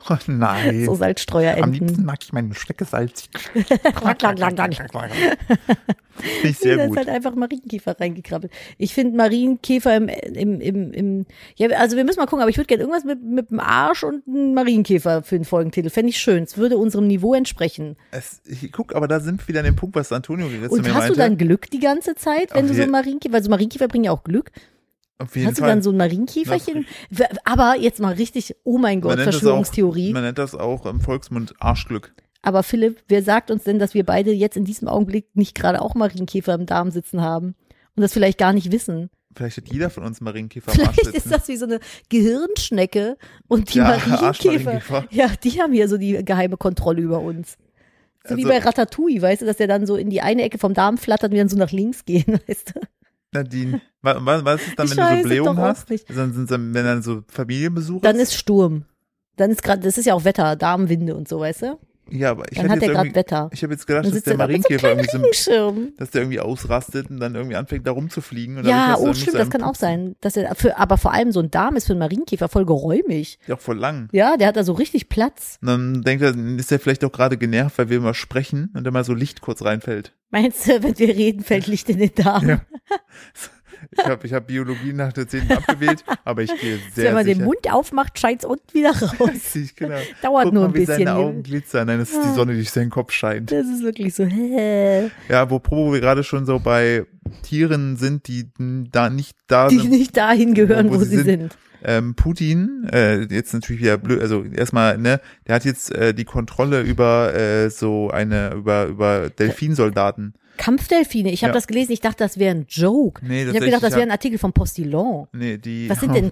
Oh, nein.
So
Am
Salzstreuerenten.
liebsten mag ich meine Schnecke salzig.
Klack, klack, klack, klack.
Finde ich sehr
da
gut.
ist halt einfach Marienkäfer reingekrabbelt. Ich finde Marienkäfer im, im, im, im, ja, also wir müssen mal gucken, aber ich würde gerne irgendwas mit, mit dem Arsch und einem Marienkäfer für den Folgentitel. Fände ich schön. Es würde unserem Niveau entsprechen.
Es, ich guck, aber da sind wir wieder an dem Punkt, was Antonio jetzt zu
und
mir
hast
meinte.
du dann Glück die ganze Zeit, wenn
Auf
du so
je-
einen Marienkäfer, weil so Marienkäfer bringen ja auch Glück.
Auf jeden
Hast du
Fall.
dann so ein Marienkäferchen? W- Aber jetzt mal richtig, oh mein Gott,
nennt das Auch,
Verschwörungstheorie.
man nennt das auch im Volksmund Arschglück.
Aber Philipp, wer sagt uns denn, dass wir beide jetzt in diesem Augenblick nicht gerade auch Marienkäfer im Darm sitzen haben? Und das vielleicht gar nicht wissen.
Vielleicht hat jeder von uns einen Marienkäfer am Arsch
Vielleicht
sitzen.
ist das wie so eine Gehirnschnecke und die
Ja,
Marienkäfer.
Arschmarienkäfer.
Ja, die haben hier so die geheime Kontrolle über uns. So wie
Also-
bei Ratatouille, weißt du, dass der dann so in die eine Ecke vom Darm flattert und wir dann so nach links gehen, weißt du?
Nadine, wa- wa- was ist dann,
Ich
wenn
weiß
du
es
so Blähungen
doch auch
hast?
nicht.
Dann sind dann, wenn dann so Familienbesuch
Dann
ist?
ist Sturm. Dann ist gerade, das ist ja auch Wetter, Darmwinde und so, weißt du?
Ja, aber ich
Dann
hätte
hat der
jetzt
gerade
irgendwie,
Wetter.
ich habe jetzt gedacht,
Dann
dass
sitzt
der
er da mit so
irgendwie irgendwie so,
Regenschirm.
dass der irgendwie ausrastet und dann irgendwie anfängt da rumzufliegen. Und dadurch,
Ja,
dass er
oh
mit
stimmt,
seinem
das kann auch
Pups-
sein. Dass er für, aber vor allem so ein Darm ist für einen Marienkäfer voll geräumig.
Ja, auch voll lang.
Ja, der hat da so richtig Platz.
Und dann denkt er, dann ist er vielleicht auch gerade genervt, weil wir immer sprechen und dann mal so Licht kurz reinfällt.
Meinst du, wenn wir reden, fällt Licht in den Darm?
Ja, Ich habe ich hab Biologie nach der 10. abgewählt, aber ich gehe sehr
wenn man
sicher.
den Mund aufmacht, scheint's unten wieder raus.
Richtig, genau.
Dauert
Guck
nur
mal,
ein
wie
bisschen. ne?
seine Augen glitzern. Nein, das ist die Sonne, die durch seinen Kopf scheint.
Das ist wirklich so. hä?
Ja, wo wo wir gerade schon so bei Tieren sind, die n- da nicht da
Die
sind.
nicht dahin gehören, wo, sie sind.
Ähm, Putin, äh, jetzt natürlich wieder blöd, also erstmal, ne, der hat jetzt äh, die Kontrolle über äh, so eine, über, über Delfinsoldaten.
Kampfdelfine, ich habe
Ja.
das gelesen, ich dachte, das wäre ein Joke.
Nee,
ich
tatsächlich,
habe gedacht, das
ich
wäre
hab-
ein Artikel von Postillon.
Nee, die.
Was sind denn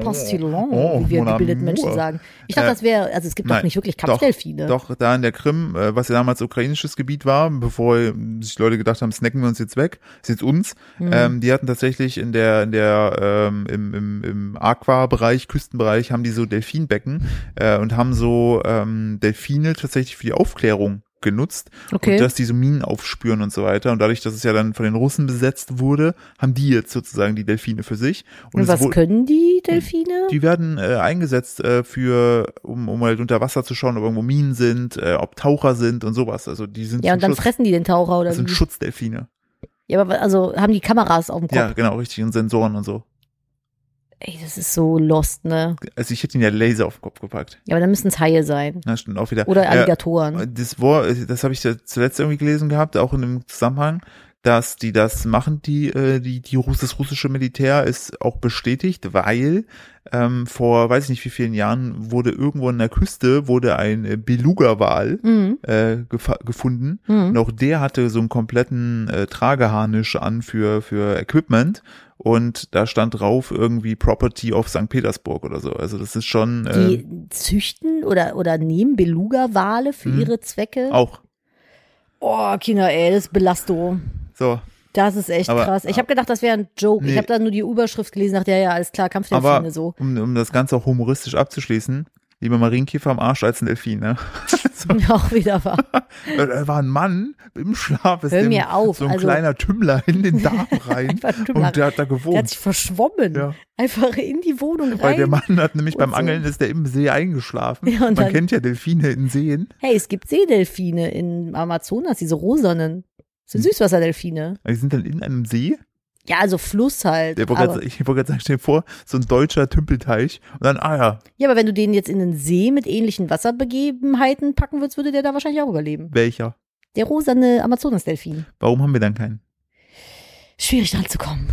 Postillon.
Postillon,
Oh,
wie wir
mon
gebildeten
amour.
Menschen sagen. Ich dachte,
Äh,
das wäre, also es gibt doch
nein,
nicht wirklich
doch,
Kampfdelfine.
Doch, da in der Krim, äh, was ja damals ukrainisches Gebiet war, bevor äh, sich Leute gedacht haben, snacken wir uns jetzt weg, ist jetzt uns.
Mhm.
Ähm, die hatten tatsächlich in der, in der, ähm, im, im, im Aqua-Bereich, Küstenbereich, haben die so Delfinbecken äh, und haben so ähm, Delfine tatsächlich für die Aufklärung genutzt
Okay.
und dass die so Minen aufspüren und so weiter. Und dadurch, dass es ja dann von den Russen besetzt wurde, haben die jetzt sozusagen die Delfine für sich.
Und
es
was
wo-
können die Delfine?
die werden äh, eingesetzt äh, für, um, um halt unter Wasser zu schauen, ob irgendwo Minen sind, äh, ob Taucher sind und sowas. Also die sind
ja,
zum
und dann
Schutz.
fressen die den Taucher oder
das sind
wie?
Schutzdelfine.
Ja, aber also haben die Kameras auf dem Kopf.
Ja, genau, richtig. Und Sensoren und so.
Ey, das ist so lost, ne?
Also ich hätte ihnen ja Laser auf den Kopf gepackt.
Ja, aber dann müssen es Haie sein.
Na, stimmt auch wieder.
Oder
Äh,
Alligatoren.
das Wort, das habe ich ja zuletzt irgendwie gelesen gehabt, auch in dem Zusammenhang, dass die das machen, die, äh, die, die Russ, das russische Militär ist auch bestätigt, weil ähm, vor weiß ich nicht wie vielen Jahren wurde irgendwo an der Küste wurde ein äh, Beluga-Wal
mhm.
äh, gefa- gefunden.
Mhm.
Und auch der hatte so einen kompletten äh, Trageharnisch an für, für Equipment. Und da stand drauf irgendwie Property of St. Petersburg oder so. Also das ist schon äh,
Die züchten oder, oder nehmen Beluga-Wale für
Mhm.
ihre Zwecke.
auch.
Oh, Kinder, ey, das ist Belasto.
So.
Das ist echt
Aber- äh,
krass. Ich habe gedacht, das wäre ein Joke. Ich
Nee.
habe da nur die Überschrift gelesen, dachte, ja, ja, alles klar, Kampfdelfine
Aber
so.
um, um das Ganze auch humoristisch abzuschließen, lieber Marienkäfer am Arsch als ein Delfin, ne? so,
Auch wieder wahr.
äh, da war ein Mann im Schlaf, ist
Hör
dem
mir auf,
so ein
also-
kleiner Tümmler in den Darm rein
Einfach ein Tümmler.
und der hat da
Der hat
gewohnt.
sich verschwommen.
Ja.
Einfach in die Wohnung
Weil der
rein.
Mann hat nämlich
Und
beim
so.
Angeln ist der im See eingeschlafen.
Ja, und
Man
dann-
kennt ja Delfine in Seen.
Hey, es gibt Seedelfine in Amazonas, diese rosanen. Das
Hm.
sind Süßwasserdelfine.
Die sind dann in einem See.
Ja, also Fluss halt.
Der wollte
Aber,
grad- ich wollte gerade sagen, stell dir vor, so ein deutscher Tümpelteich. Und dann, ah ja,
ja, aber wenn du den jetzt in einen See mit ähnlichen Wasserbegebenheiten packen würdest, würde der da wahrscheinlich auch überleben.
welcher?
Der rosane Amazonasdelfin.
Warum haben wir dann keinen?
Schwierig ranzukommen.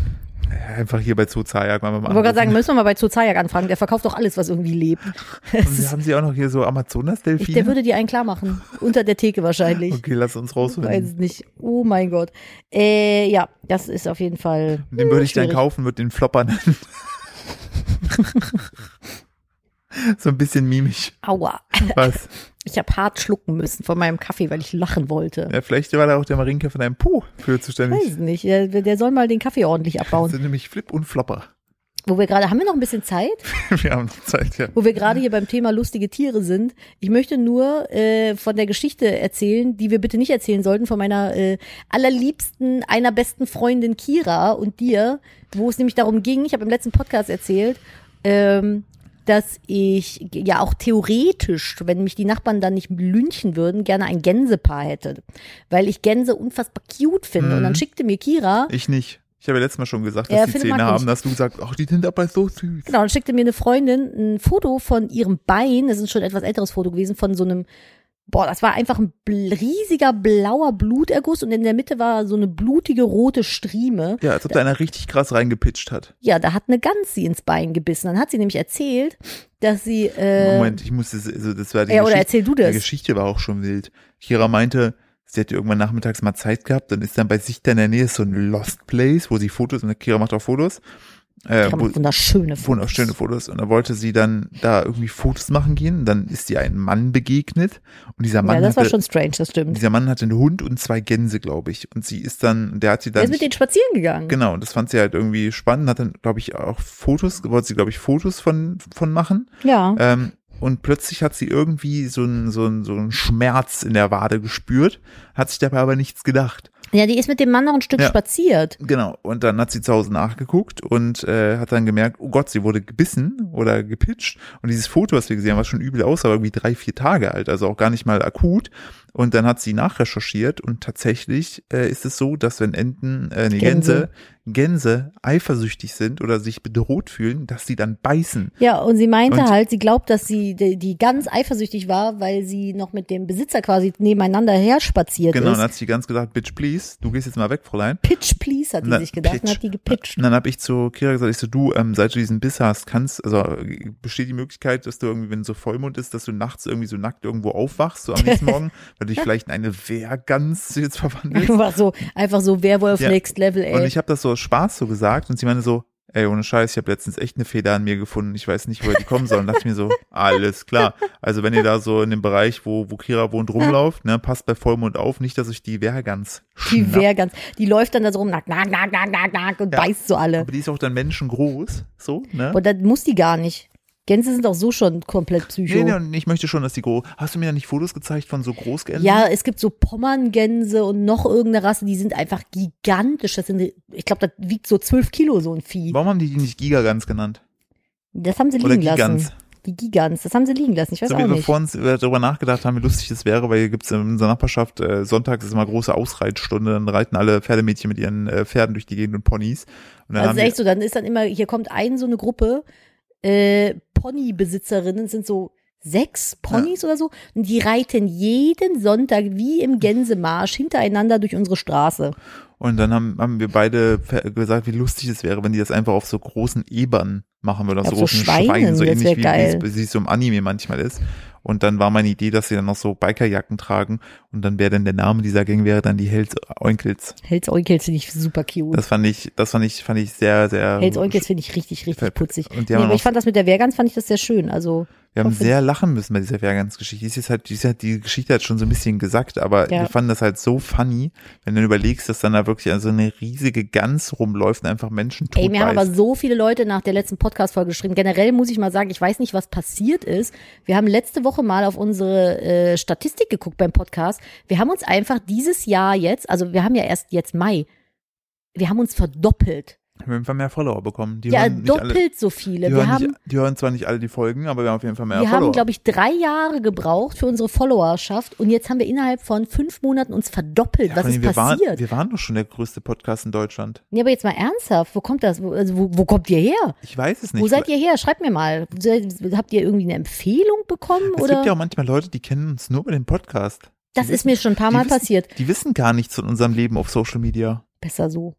Ja, Einfach hier bei Zozajak mal
Ich wollte gerade sagen, müssen wir mal bei Zozajak anfragen. Der verkauft doch alles, was irgendwie lebt. Es
Und
ist-
haben sie auch noch hier so
Ich, der
Amazonas-Delfine?
würde dir einen klar machen. Unter der Theke wahrscheinlich.
Okay, lass uns
Weiß
rausfinden.
es nicht. Oh mein Gott. Äh, ja, das ist auf jeden Fall.
Den würde ich dann
schwierig.
kaufen, würde den Flopper nennen. so ein bisschen mimisch.
Aua.
Was?
Ich habe hart schlucken müssen von meinem Kaffee, weil ich lachen wollte.
Ja, vielleicht war da auch der Marienkäfer von einem Po für
Weiß
zuständig.
es nicht. Der, der soll mal den Kaffee ordentlich
Das
abbauen.
sind nämlich Flip und Flopper.
Wo wir gerade, haben wir noch ein bisschen Zeit?
Wir haben noch Zeit, ja.
Wo wir gerade hier beim Thema lustige Tiere sind. Ich möchte nur äh, von der Geschichte erzählen, die wir bitte nicht erzählen sollten, von meiner äh, allerliebsten, einer besten Freundin Kira und dir, wo es nämlich darum ging, ich habe im letzten Podcast erzählt, ähm, dass ich g- ja auch theoretisch, wenn mich die Nachbarn dann nicht lynchen würden, gerne ein Gänsepaar hätte. Weil ich Gänse unfassbar cute finde. Und dann schickte mir Kira.
Ich nicht. Ich habe ja letztes Mal schon gesagt, dass
Ja,
die
Philipp mag
Zähne haben.
nicht.
Da hast du gesagt, ach, die sind aber so süß.
Genau, dann schickte mir eine Freundin ein Foto von ihrem Bein, das ist schon ein etwas älteres Foto gewesen, von so einem Boah, das war einfach ein bl- riesiger blauer Bluterguss und in der Mitte war so eine blutige rote Strieme.
Ja, als ob da einer richtig krass reingepitcht hat.
Ja, da hat eine Gans sie ins Bein gebissen. Dann hat sie nämlich erzählt, dass sie. Äh,
Moment, ich musste, also das war die
Ja, oder
Geschichte.
erzähl du
Die
das.
Geschichte war auch schon wild. Kira meinte, sie hätte irgendwann nachmittags mal Zeit gehabt, dann ist dann bei sich da in der Nähe so ein Lost Place, wo sie Fotos, und Kira macht auch Fotos, äh,
Kann
wo,
man wunderschöne Fotos.
wunderschöne Fotos, und da wollte sie dann da irgendwie Fotos machen gehen, dann ist ihr ein Mann begegnet, und dieser
Ja,
Mann
das war
hatte,
schon strange, das stimmt.
dieser Mann hatte einen Hund und zwei Gänse, glaube ich, und sie ist dann, der hat sie
Er
dann,
ist mit denen spazieren gegangen.
genau, und das fand sie halt irgendwie spannend, hat dann, glaube ich, auch Fotos, wollte sie, glaube ich, Fotos von, von machen,
Ja.
ähm, und plötzlich hat sie irgendwie so einen so einen so einen Schmerz in der Wade gespürt, hat sich dabei aber nichts gedacht.
Ja, die ist mit dem Mann noch ein Stück
Ja.
spaziert.
Genau. Und dann hat sie zu Hause nachgeguckt und äh, hat dann gemerkt, oh Gott, sie wurde gebissen oder gepitcht. Und dieses Foto, was wir gesehen haben, war schon übel aus, aber irgendwie drei, vier Tage alt, also auch gar nicht mal akut. Und dann hat sie nachrecherchiert und tatsächlich äh, ist es so, dass wenn Enten, äh, nee, Gänse.
Gänse.
Gänse, eifersüchtig sind oder sich bedroht fühlen, dass sie dann beißen.
Ja, und sie meinte
Und-
halt, sie glaubt, dass sie die, die ganz eifersüchtig war, weil sie noch mit dem Besitzer quasi nebeneinander her spaziert
Genau, dann
ist.
hat sie ganz gesagt, Bitch, please, du gehst jetzt mal weg, Fräulein.
Pitch please hat die
Na,
sich gedacht und
pitch.
hat die gepitcht.
Und dann habe ich zu Kira gesagt, ich so, du, ähm, seit du diesen Biss hast, kannst, also äh, besteht die Möglichkeit, dass du irgendwie, wenn so Vollmond ist, dass du nachts irgendwie so nackt irgendwo aufwachst, so am nächsten Morgen, weil du dich vielleicht in eine Wehrgans jetzt verwandelst.
Einfach so, einfach so Werwolf
Ja.
Next Level,
Und
ey.
ich habe das so aus Spaß so gesagt und sie meinte so, ey, ohne Scheiß, ich habe letztens echt eine Feder an mir gefunden, ich weiß nicht, woher die kommen soll. Und dachte ich mir so, alles klar. Also wenn ihr da so in dem Bereich, wo, wo Kira wohnt, rumlauft, ne, passt bei Vollmond auf, nicht, dass euch die Wehrgans
Die
schnappt.
wäre ganz, die läuft dann da so rum, nack, nack, nack, nack, nack, nack und
Ja.
beißt so alle.
Aber die ist auch dann menschengroß, so, ne?
Und das muss die gar nicht. Gänse sind auch so schon komplett psycho.
Nee, nee, und ich möchte schon, dass die groß. Hast du mir da nicht Fotos gezeigt von so Großgänsen?
Ja, es gibt so Pommerngänse und noch irgendeine Rasse, die sind einfach gigantisch. Das sind, ich glaube, das wiegt so zwölf Kilo, so ein Vieh.
Warum haben die die nicht Gigagans genannt?
Das haben sie
Oder
liegen
Gigans?
lassen. Die Gigans, das haben sie liegen lassen. Ich weiß
So,
auch
wie wir
nicht.
vor uns äh, darüber nachgedacht haben, wie lustig es wäre, weil hier gibt's in unserer Nachbarschaft, äh, sonntags ist immer große Ausreitstunde, dann reiten alle Pferdemädchen mit ihren äh, Pferden durch die Gegend und Ponys. Und dann
Also
haben
ist echt so, dann ist dann immer, hier kommt ein so eine Gruppe äh, Ponybesitzerinnen, es sind so sechs Ponys oder so, und die reiten jeden Sonntag wie im Gänsemarsch hintereinander durch unsere Straße.
die, und dann haben, haben wir beide ver- gesagt, wie lustig es wäre, wenn die das einfach auf so großen Ebern machen würden, auf
Ja,
so
auf so
großen Schweinen,
Schweinen,
so
das
ähnlich
wär
wie
geil.
wie es- wie es so im Anime manchmal ist. Und dann war meine Idee, dass sie dann noch so Bikerjacken tragen und dann wäre dann der Name dieser Gang wäre dann die Hells Onkels.
Hells Onkels finde ich super cute.
Das ähm, fand ich, das fand ich, fand ich sehr, sehr.
Hells Onkels finde ich richtig, richtig
Ver-
putzig.
Und die
Nee,
haben
aber
auch-
ich fand das mit der Wehrgans, fand ich das sehr schön. Also
wir haben
hoffe-
sehr lachen müssen bei dieser Wehrgans-Geschichte. Die ist jetzt halt, die, ist halt, die Geschichte hat schon so ein bisschen gesagt, aber
Ja.
wir fanden das halt so funny, wenn du überlegst, dass dann da wirklich so eine riesige Gans rumläuft und einfach Menschen tot
Ey, mir haben aber
beißt.
so viele Leute nach der letzten Podcast-Folge geschrieben. Generell muss ich mal sagen, ich weiß nicht, was passiert ist. Wir haben letzte Woche mal auf unsere äh, Statistik geguckt beim Podcast. Wir haben uns einfach dieses Jahr jetzt, also wir haben ja erst jetzt Mai, wir haben uns verdoppelt.
Wir haben auf jeden Fall mehr Follower bekommen. Die
ja,
hören nicht alle,
doppelt so
die,
viele. Wir
hören
haben,
nicht, die hören zwar nicht alle die Folgen, aber wir haben auf jeden Fall mehr
wir haben,
Follower.
glaube ich, drei Jahre gebraucht für unsere Followerschaft und jetzt haben wir innerhalb von fünf Monaten uns verdoppelt.
Ja,
was
vor allem,
ist
wir Waren,
passiert?
wir waren doch schon der größte Podcast in Deutschland.
nee, aber jetzt mal ernsthaft, wo kommt das? Wo, also wo, wo kommt ihr her?
Ich weiß es nicht.
Wo seid ihr her? Schreibt mir mal. Seid- Habt ihr irgendwie eine Empfehlung bekommen?
es
oder?
gibt ja auch manchmal Leute, die kennen uns nur über den Podcast.
Das
Die
ist mir schon ein paar
die
Mal
wissen-
passiert.
Die wissen gar nichts von unserem Leben auf Social Media.
Besser so.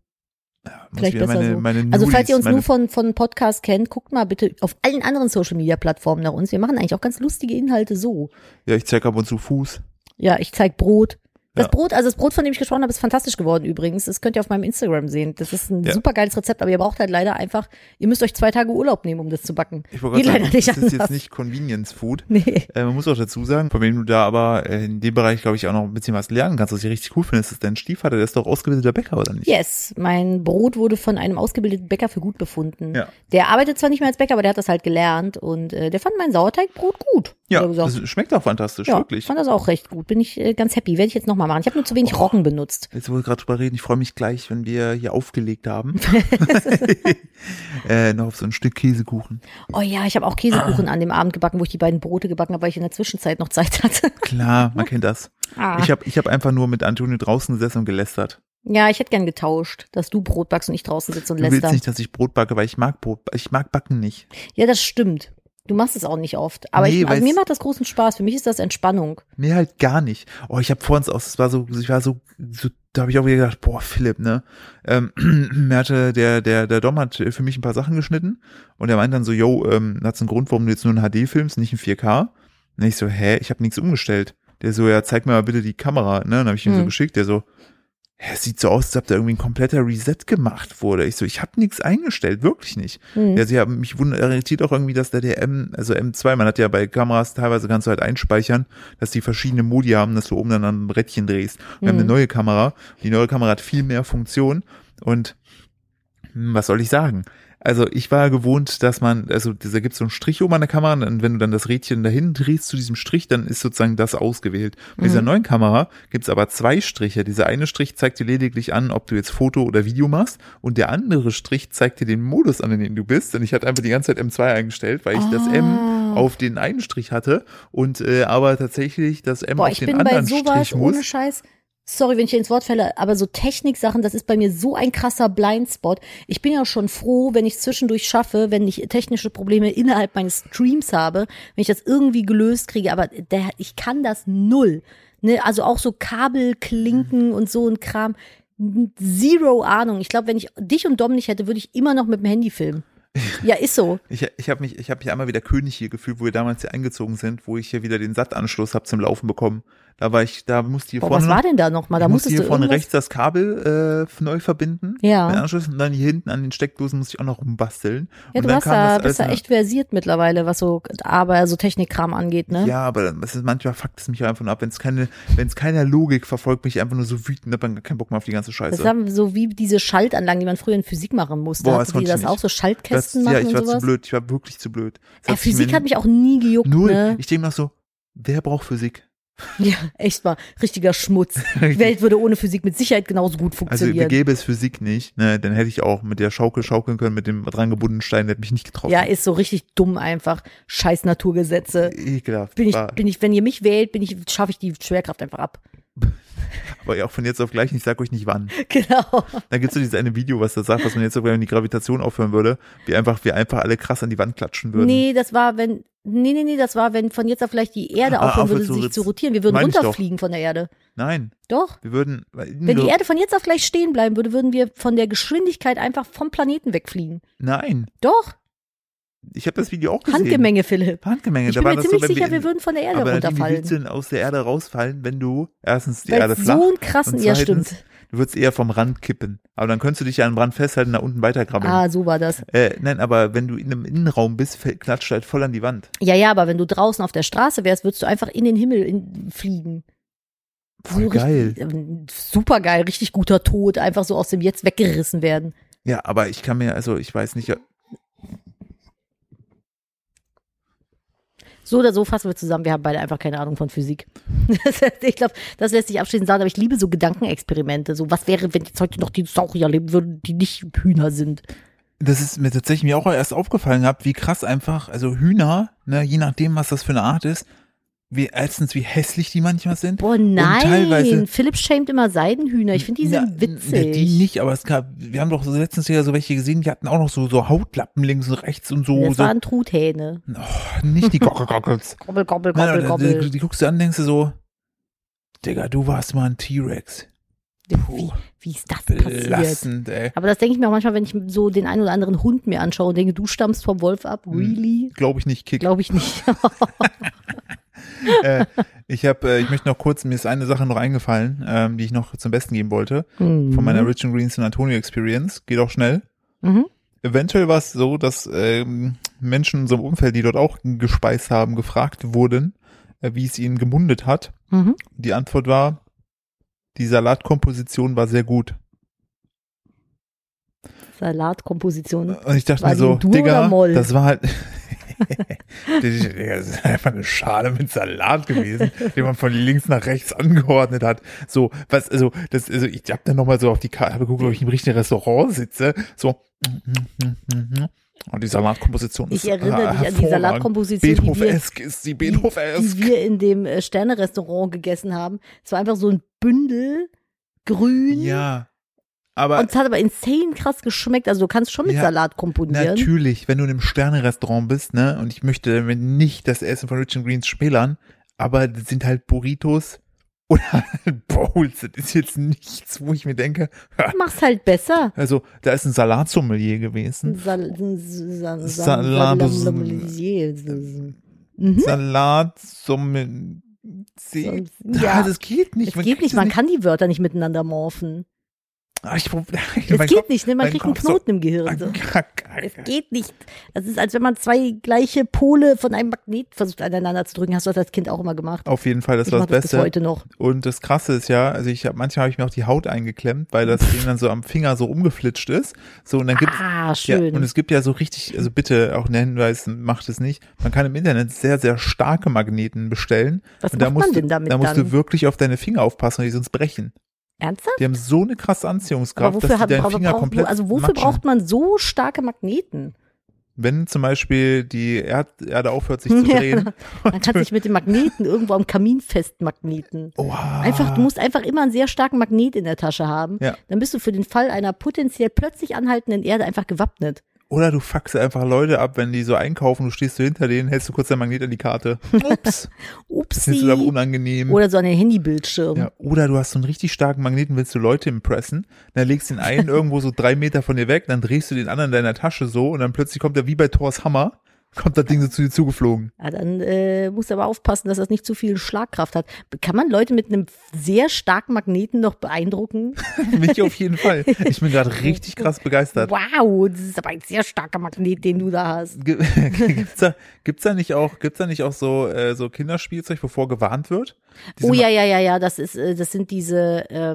Muss
Vielleicht
wieder
besser
meine,
so.
meine
Also
Nulis,
falls ihr uns
meine
nur von, von Podcast kennt, guckt mal bitte auf allen anderen Social Media Plattformen nach uns. Wir machen eigentlich auch ganz lustige Inhalte so.
Ja, ich zeig ab und zu Fuß.
Ja, ich zeig Brot. Das
Ja.
Brot, also das Brot, von dem ich gesprochen habe, ist fantastisch geworden übrigens. Das könnt ihr auf meinem Instagram sehen. Das ist ein
Ja.
super geiles Rezept, aber ihr braucht halt leider einfach, ihr müsst euch zwei Tage Urlaub nehmen, um das zu backen.
Ich wollte
Geht
gerade
leider
sagen, das
nicht
ist
anders.
jetzt nicht Convenience Food.
Nee.
Äh, man muss auch dazu sagen, von wem du da aber äh, in dem Bereich, glaube ich, auch noch ein bisschen was lernen kannst, was ich richtig cool finde, ist, dass dein Stiefvater, der ist doch ausgebildeter Bäcker, oder nicht?
Yes, mein Brot wurde von einem ausgebildeten Bäcker für gut befunden.
Ja.
Der arbeitet zwar nicht mehr als Bäcker, aber der hat das halt gelernt und äh, der fand mein Sauerteigbrot gut. Hat
Ja,
er gesagt.
das schmeckt auch fantastisch,
Ja,
wirklich. Oh.
fand das auch recht gut. Bin ich äh, ganz happy. Werde ich jetzt nochmal machen. Ich habe nur zu wenig Roggen benutzt.
Jetzt, wo wir gerade drüber reden, ich freue mich gleich, wenn wir hier aufgelegt haben. äh, noch auf so ein Stück Käsekuchen.
Oh ja, ich habe auch Käsekuchen an dem Abend gebacken, wo ich die beiden Brote gebacken habe, weil ich in der Zwischenzeit noch Zeit hatte.
Klar, man kennt das.
Ah.
Ich habe ich hab einfach nur mit Antonio draußen gesessen und gelästert.
ja, ich hätte gern getauscht, dass du Brot backst und ich draußen sitze und
Du willst
läster.
nicht, dass ich Brot backe, weil ich mag Brot, ich mag Backen nicht.
Ja, das stimmt. Du machst es auch nicht oft. Aber
Nee,
ich, also
weil's-
mir macht das großen Spaß. Für mich ist das Entspannung.
Mir halt gar nicht. Oh, ich habe vor uns auch, das war so, ich war so, so da habe ich auch wieder gedacht, boah, Philipp, ne? Ähm, mir hatte der, der, der Dom hat für mich ein paar Sachen geschnitten und er meint dann so, yo, ähm, hat's einen Grund, warum du jetzt nur ein HD filmst, nicht ein 4K? Und ich so, hä, ich habe nichts umgestellt. Der so, ja, zeig mir mal bitte die Kamera, ne? Dann habe ich ihm so
Hm.
geschickt, der so, hä, es sieht so aus, als ob da irgendwie ein kompletter Reset gemacht wurde. Ich so, ich habe nichts eingestellt, wirklich nicht.
Hm.
Ja, sie haben mich wund- irritiert auch irgendwie, dass da der M, also M2, man hat ja bei Kameras teilweise kannst du halt einspeichern, dass die verschiedene Modi haben, dass du oben dann an ein Rädchen drehst. Wir haben eine
Mhm.
neue Kamera. Die neue Kamera hat viel mehr Funktion und hm, was soll ich sagen? Also ich war gewohnt, dass man, also da gibt so einen Strich oben an der Kamera und wenn du dann das Rädchen dahin drehst zu diesem Strich, dann ist sozusagen das ausgewählt. Bei dieser neuen Kamera gibt's aber zwei Striche. Dieser eine Strich zeigt dir lediglich an, ob du jetzt Foto oder Video machst und der andere Strich zeigt dir den Modus an, in dem du bist. Und ich hatte einfach die ganze Zeit M2 eingestellt, weil ich das Oh, M
Ah.
auf den einen Strich hatte und äh, aber tatsächlich das M
Boah,
auf
ich
den
bin bei
anderen
sowas
Strich muss.
ohne Scheiß. Sorry, wenn ich dir ins Wort fälle, aber so Techniksachen, das ist bei mir so ein krasser Blindspot. Ich bin ja schon froh, wenn ich zwischendurch schaffe, wenn ich technische Probleme innerhalb meines Streams habe, wenn ich das irgendwie gelöst kriege, aber der, ich kann das null. Ne? Also auch so
Mhm.
Kabelklinken und so ein Kram. Zero Ahnung. Ich glaube, wenn ich dich und Dom nicht hätte, würde ich immer noch mit dem Handy filmen. Ja, ist so.
Ich, ich habe mich, ich habe mich einmal wieder König hier gefühlt, wo wir damals hier eingezogen sind, wo ich hier wieder den Sat-Anschluss hab zum Laufen bekommen. Da war ich, da musste hier
Boah,
vorne,
was war denn da nochmal? Da
ich musste
musstest du
hier vorne
irgendwas-
rechts das Kabel äh, neu verbinden.
Ja.
Den Anschluss und dann hier hinten an den Steckdosen musste ich auch noch rumbasteln.
Ja,
und
du
dann
hast
kam
da,
das alles
bist da
in-
echt versiert mittlerweile, was so aber so Technikkram angeht, ne?
Ja, aber dann- das ist, manchmal fuckt es mich einfach nur ab, wenn es keine, wenn es keiner Logik verfolgt, mich einfach nur so wütend, hab dann keinen Bock mehr auf die ganze Scheiße.
Das haben so wie diese Schaltanlagen, die man früher in Physik machen musste.
also Boah, das
Hatten die
konnte ich
das
nicht.
auch so
Das-
Schaltkästen machen
ja, ich war
und
zu
sowas?
blöd, ich war wirklich zu blöd. Das
Ja,
hat sich
Physik
mir-
hat mich auch nie gejuckt,
Null.
ne?
Ich denke noch so, wer braucht Physik?
Ja, echt mal. Richtiger Schmutz. Die Welt würde ohne Physik mit Sicherheit genauso gut
Also
funktionieren.
gäbe es Physik nicht, ne, dann hätte ich auch mit der Schaukel schaukeln können, mit dem dran gebundenen Stein, der hätte mich nicht getroffen.
ja, ist so richtig dumm einfach. Scheiß Naturgesetze.
Ekelhaft.
Bin ich,
war,
bin ich, wenn ihr mich wählt, bin ich, schaffe ich die Schwerkraft einfach ab.
aber ja auch von jetzt auf gleich, ich sag euch nicht wann.
Genau.
Da gibt's so dieses eine Video, was da sagt, was man jetzt auf gleich, wenn die Gravitation aufhören würde, wie einfach, wir einfach alle krass an die Wand klatschen würden.
Nee, das war, wenn. Nee, nee, nee, das war, wenn von jetzt auf vielleicht die Erde
Ah,
aufhören würde,
aufhört zu
sich
ritz-
zu rotieren. Wir würden
Meine ich doch.
runterfliegen von der Erde.
Nein,
Doch.
wir würden,
Wenn die Erde von jetzt auf gleich stehen bleiben würde, würden wir von der Geschwindigkeit einfach vom Planeten wegfliegen.
nein,
Doch.
ich habe das Video auch gesehen.
Handgemenge, Philipp.
Handgemenge,
Ich
da
bin
war
mir
das
ziemlich
so, wenn
sicher, wir
wir, in,
würden von der Erde
aber Nadine, wie willst du
runterfallen.
denn aus der Erde rausfallen, wenn du erstens die
Weil
Erde flach
so einen krassen,
und
ja
zweitens-
stimmt.
Du würdest eher vom Rand kippen. Aber dann könntest du dich ja an den Rand festhalten, nach unten weiterkrabbeln.
Ah, so war das.
Äh, nein, aber wenn du in einem Innenraum bist, fällt, klatscht halt voll an die Wand.
Ja, ja, aber wenn du draußen auf der Straße wärst, würdest du einfach in den Himmel in, fliegen.
Voll
so
geil.
Richtig, super geil, richtig guter Tod, einfach so aus dem Jetzt weggerissen werden.
Ja, aber ich kann mir, also ich weiß nicht,
So oder so fassen wir zusammen, wir haben beide einfach keine Ahnung von Physik. Das heißt, ich glaube, das lässt sich abschließend sagen, aber ich liebe so Gedankenexperimente. So, was wäre, wenn jetzt heute noch Dinosaurier leben würden, die nicht Hühner sind?
das ist mir tatsächlich mir auch erst aufgefallen gehabt, wie krass einfach, also Hühner, ne, je nachdem, was das für eine Art ist, wie, erstens, wie hässlich die manchmal sind.
Boah,
teilweise-
nein. Philipp schämt immer Seidenhühner. Ich finde, die
Na,
sind
na,
witzig.
die nicht, aber es gab, wir haben doch so letztens wieder so welche gesehen, die hatten auch noch so, so Hautlappen links und rechts und so,
Das
so
waren Truthähne.
nicht die Gockelgockels.
Gobbel, gobbel,
Nein,
gobbel,
nein,
gobbel.
die, die guckst du an, denkst du so, Digga, du warst mal ein T-Rex.
wie, wie ist das passiert?
Belastend, ey.
Aber das denke ich mir auch manchmal, wenn ich so den einen oder anderen Hund mir anschaue und denke, du stammst vom Wolf ab.
Hm.
Really?
Glaube ich nicht, Kick.
Glaube ich nicht.
äh, ich habe, äh, ich möchte noch kurz, mir ist eine Sache noch eingefallen, ähm, die ich noch zum Besten geben wollte, von meiner Rich and Green San Antonio Experience. Geht auch schnell.
Mhm.
Eventuell war es so, dass ähm, Menschen in unserem Umfeld, die dort auch gespeist haben, gefragt wurden, äh, wie es ihnen gemundet hat.
Mhm.
Die Antwort war, die Salatkomposition war sehr gut.
Salatkomposition.
Und ich dachte
War
mir
die
so,
ein Dur
Digga,
oder Moll?
das war halt. Digga, das ist einfach eine Schale mit Salat gewesen, die man von links nach rechts angeordnet hat. So, was, also, das, also ich hab dann nochmal so auf die Karte geguckt, ob ich im richtigen Restaurant sitze. So, mhm, und die Salatkomposition ist ah,
Ich erinnere dich an die
äh, hervorragend.
Salatkomposition, die wir,
Beethovenesk ist sie
die, die
Beethovenesk.
wir in dem äh, Sterne-Restaurant gegessen haben. Es war einfach so ein Bündel grün
Ja, Aber
Und es hat aber insane krass geschmeckt. Also du kannst schon mit
Ja,
Salat komponieren.
Natürlich, wenn du in einem Sternerestaurant bist, ne, und ich möchte damit nicht das Essen von Rich and Greens schmälern, aber das sind halt Burritos oder halt Bowls. Das ist jetzt nichts, wo ich mir denke, ha,
Mach's halt besser.
also da ist ein Salatsommelier gewesen.
Sal Sal Sal
Hm. Salat-
Sal Sal Mhm.
Salatsommelier. Ja,
Ja.
Ah, das geht nicht.
Es geht nicht,
das
man kann die Wörter nicht miteinander morphen.
Ah, ich, prob-
Es
mein
geht
Kopf-
nicht, ne? Man
mein
kriegt einen
Kopf so-
Knoten im Gehirn. So. Es geht nicht. Das ist, als wenn man zwei gleiche Pole von einem Magnet versucht aneinander zu drücken. Hast du das als Kind auch immer gemacht?
Auf jeden Fall, das
ich
war
mach
das
das bis
Beste.
heute noch.
Und das Krasse ist ja, also ich habe manchmal habe ich mir auch die Haut eingeklemmt, weil das Ding dann so am Finger so umgeflitscht ist. So und dann gibt's
Ah,
ja,
schön.
und es gibt ja so richtig, also bitte auch einen Hinweis, macht es nicht. Man kann im Internet sehr sehr starke Magneten bestellen.
Was
und da
macht
musst
man
du,
denn damit
da musst
dann?
du wirklich auf deine Finger aufpassen, weil die sonst brechen.
Ernsthaft?
Die haben so eine krasse
Aber
Anziehungskraft, dass
wofür,
die
hat,
deinen
aber
Finger
braucht,
komplett
also wofür
matschen.
braucht man so starke Magneten?
Wenn zum Beispiel die Erd Erde aufhört sich zu
Ja,
drehen.
Man kann sich mit den Magneten irgendwo am Kamin festmagneten.
Oha.
Einfach, du musst einfach immer einen sehr starken Magnet in der Tasche haben.
Ah. Ja.
Dann bist du für den Fall einer potenziell plötzlich anhaltenden Erde einfach gewappnet.
Oder du fuckst einfach Leute ab, wenn die so einkaufen, du stehst so hinter denen, hältst du kurz dein Magnet an die Karte. Ups. Das ist jetzt aber
Upsi.
unangenehm.
Oder so an den Handybildschirm.
ja, oder du hast so einen richtig starken Magneten, willst du Leute impressen, dann legst den einen irgendwo so drei Meter von dir weg, dann drehst du den anderen in deiner Tasche so und dann plötzlich kommt er wie bei Thors Hammer, kommt das Ding so zu dir zugeflogen.
Ja, dann äh, musst du aber aufpassen, dass das nicht zu viel Schlagkraft hat. Kann man Leute mit einem sehr starken Magneten noch beeindrucken?
Mich auf jeden Fall. Ich bin gerade richtig krass begeistert.
Wow, das ist aber ein sehr starker Magnet, den du da hast.
Ge- gibt's, da, gibt's da nicht auch, gibt's da nicht auch so, äh, so Kinderspielzeug, bevor gewarnt wird? Diese
oh ja, ja, ja, ja, das ist, äh, das sind diese äh,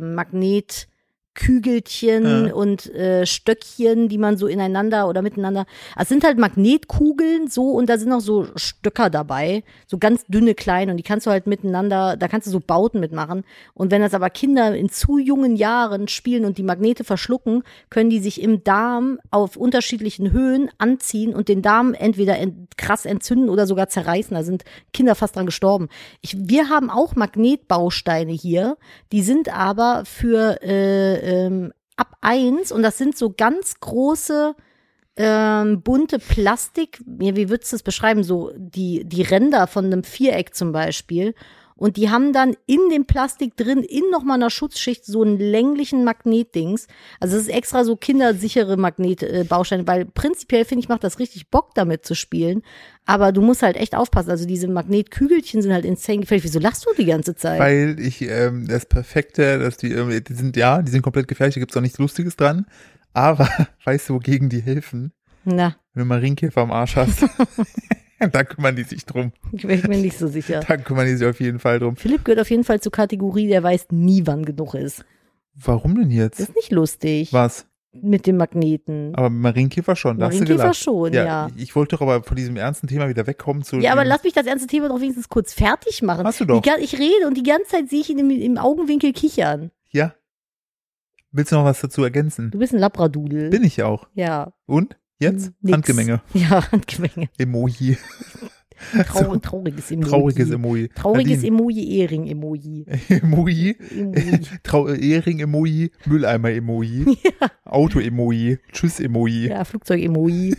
Magnetkügelchen
Ja.
und äh, Stöckchen, die man so ineinander oder miteinander. Also es sind halt Magnetkugeln so und da sind noch so Stöcker dabei, so ganz dünne kleine und die kannst du halt miteinander, da kannst du so Bauten mitmachen. Und wenn das aber Kinder in zu jungen Jahren spielen und die Magnete verschlucken, können die sich im Darm auf unterschiedlichen Höhen anziehen und den Darm entweder ent krass entzünden oder sogar zerreißen. Da sind Kinder fast dran gestorben. Ich, wir haben auch Magnetbausteine hier, die sind aber für äh, ähm, ab eins und das sind so ganz große ähm, bunte Plastik, ja, wie würdest du es beschreiben, so die, die Ränder von einem Viereck zum Beispiel. Und die haben dann in dem Plastik drin, in nochmal einer Schutzschicht, so einen länglichen Magnetdings. Also es ist extra so kindersichere Magnetbausteine, äh, Bausteine, weil prinzipiell finde ich, macht das richtig Bock, damit zu spielen. Aber du musst halt echt aufpassen. Also diese Magnetkügelchen sind halt insane gefährlich. Wieso lachst du die ganze Zeit?
Weil ich ähm, das Perfekte, dass die, ähm, die sind, ja, die sind komplett gefährlich, da gibt's auch nichts Lustiges dran. Aber weißt du, wogegen die helfen?
Na,
Wenn du mal Marienkäfer am Arsch hast. da kümmern die sich drum.
ich bin mir nicht so sicher.
Da kümmern die sich auf jeden Fall drum.
Philipp gehört auf jeden Fall zur Kategorie, der weiß nie, wann genug ist.
Warum denn
Das
jetzt?
ist nicht lustig.
Was?
Mit dem Magneten.
Aber Marienkäfer schon, da hast du
Marienkäfer
gelacht.
schon, ja.
Ich ich wollte doch aber von diesem ernsten Thema wieder wegkommen zu.
Ja, aber
dem-
lass mich das ernste Thema doch wenigstens kurz fertig machen.
Hast du doch.
Die ga- Ich rede und die ganze Zeit sehe ich ihn im, im Augenwinkel kichern.
Ja. Willst du noch was dazu ergänzen?
Du bist ein Labradudel.
Bin ich ja auch.
ja.
Und? Jetzt?
Hm, Nix.
Handgemenge.
Ja, Handgemenge.
Emoji.
Trau trauriges Emoji.
Trauriges Emoji.
Trauriges
Nadine.
Emoji, Ehring-Emoji.
Emoji,
Emoji.
Trau äh, Ehring-Emoji, Mülleimer-Emoji, Auto-Emoji, Tschüss-Emoji,
ja, Flugzeug-Emoji.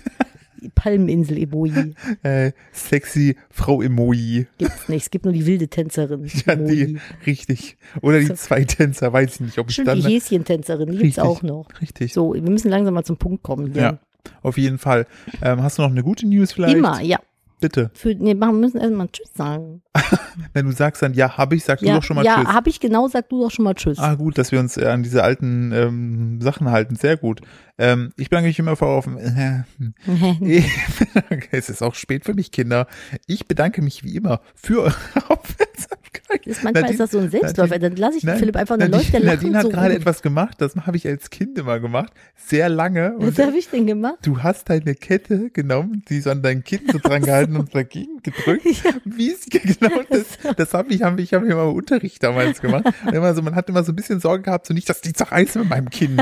Palmeninsel-Emoji.
äh, sexy Frau-Emoji.
Gibt's nicht. Es gibt nur die wilde Tänzerin.
Ja, die, richtig. Oder die
So.
zwei Tänzer, weiß ich nicht, ob ich
Stimmt,
dann.
die Häschentänzerin. Die gibt's
Richtig.
auch noch.
Richtig.
So, wir müssen langsam mal zum Punkt kommen. Hier.
Ja. Auf jeden Fall. Ähm, hast du noch eine gute News vielleicht?
Immer, ja.
Bitte.
Für, nee, machen- wir müssen erstmal Tschüss sagen.
Wenn du sagst dann, ja, habe ich, sagst
ja,
du doch schon mal
ja,
Tschüss.
habe ich genau, sag du doch schon mal Tschüss.
Ah, gut, dass wir uns äh, an diese alten ähm, Sachen halten. Sehr gut. Ähm, ich bedanke mich immer vor auf. Ich bedanke- es ist auch spät für mich, Kinder. Ich bedanke mich wie immer für eure Aufmerksamkeit.
ist, manchmal ist das so ein Selbstläufer, dann lasse ich den
Nein,
Philipp einfach, und dann
Nadine,
läuft der
Nadine
lachend
hat
so
gerade
rum.
etwas gemacht, das habe ich als Kind immer gemacht. Sehr lange.
Was
Und
habe ich denn gemacht?
du hast deine Kette genommen, die so an dein Kind so dran gehalten und dagegen gedrückt. Wie ist genau das? Das habe ich, hab ich, hab ich immer im Unterricht damals gemacht. Und immer so, man hat immer so ein bisschen Sorge gehabt, so nicht, dass die zerreißen mit meinem Kinn.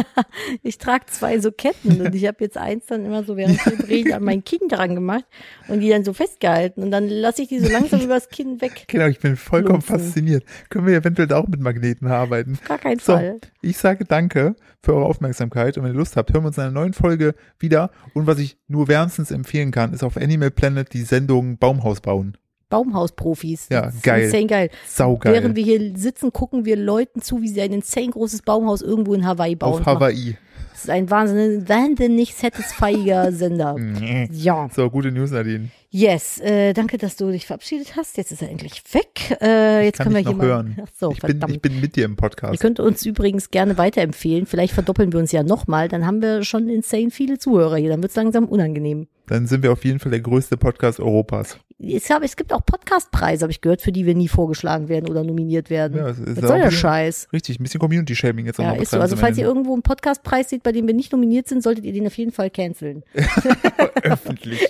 Ich trage zwei so Ketten und ich habe jetzt eins dann immer so während dem Drehen an mein Kinn dran gemacht und die dann so festgehalten und dann lasse ich die so langsam übers Kinn weg.
Genau, ich bin vollkommen
Lumpen.
fasziniert. Können wir eventuell da auch mit Magneten arbeiten?
Gar kein
So,
Fall.
ich sage danke für eure Aufmerksamkeit und wenn ihr Lust habt, hören wir uns in einer neuen Folge wieder. Und was ich nur wärmstens empfehlen kann, ist auf Animal Planet die Sendung Baumhaus bauen.
Baumhausprofis.
Ja,
Das ist
geil.
Insane geil.
Saugeil.
Während wir hier sitzen, gucken wir Leuten zu, wie sie ein insane großes Baumhaus irgendwo in Hawaii bauen.
auf Hawaii.
Das ist ein wahnsinnig, wahnsinnig satisfyiger Sender.
Mhm.
Ja.
So, gute News, Nadine.
Yes, äh, danke, dass du dich verabschiedet hast. Jetzt ist er endlich weg. Äh, jetzt
Kann
können wir
ich noch hören.
jemanden. Ach so,
ich, bin,
verdammt.
ich bin mit dir im
Ihr
Podcast.
könnt uns übrigens gerne weiterempfehlen. Vielleicht verdoppeln wir uns ja nochmal. Dann haben wir schon insane viele Zuhörer hier. Dann wird es langsam unangenehm.
Dann sind wir auf jeden Fall der größte Podcast Europas.
Es, hab, es gibt auch Podcastpreise, habe ich gehört, für die wir nie vorgeschlagen werden oder nominiert werden.
Ja, es ist
Was soll
auch
der
hier-
Scheiß?
Richtig, ein bisschen Community-Shaming jetzt auch
Ja,
noch
ist so.
betreiben
Also
zum
falls ihr
Ende.
irgendwo einen Podcastpreis seht, bei dem wir nicht nominiert sind, solltet ihr den auf jeden Fall canceln.
öffentlich,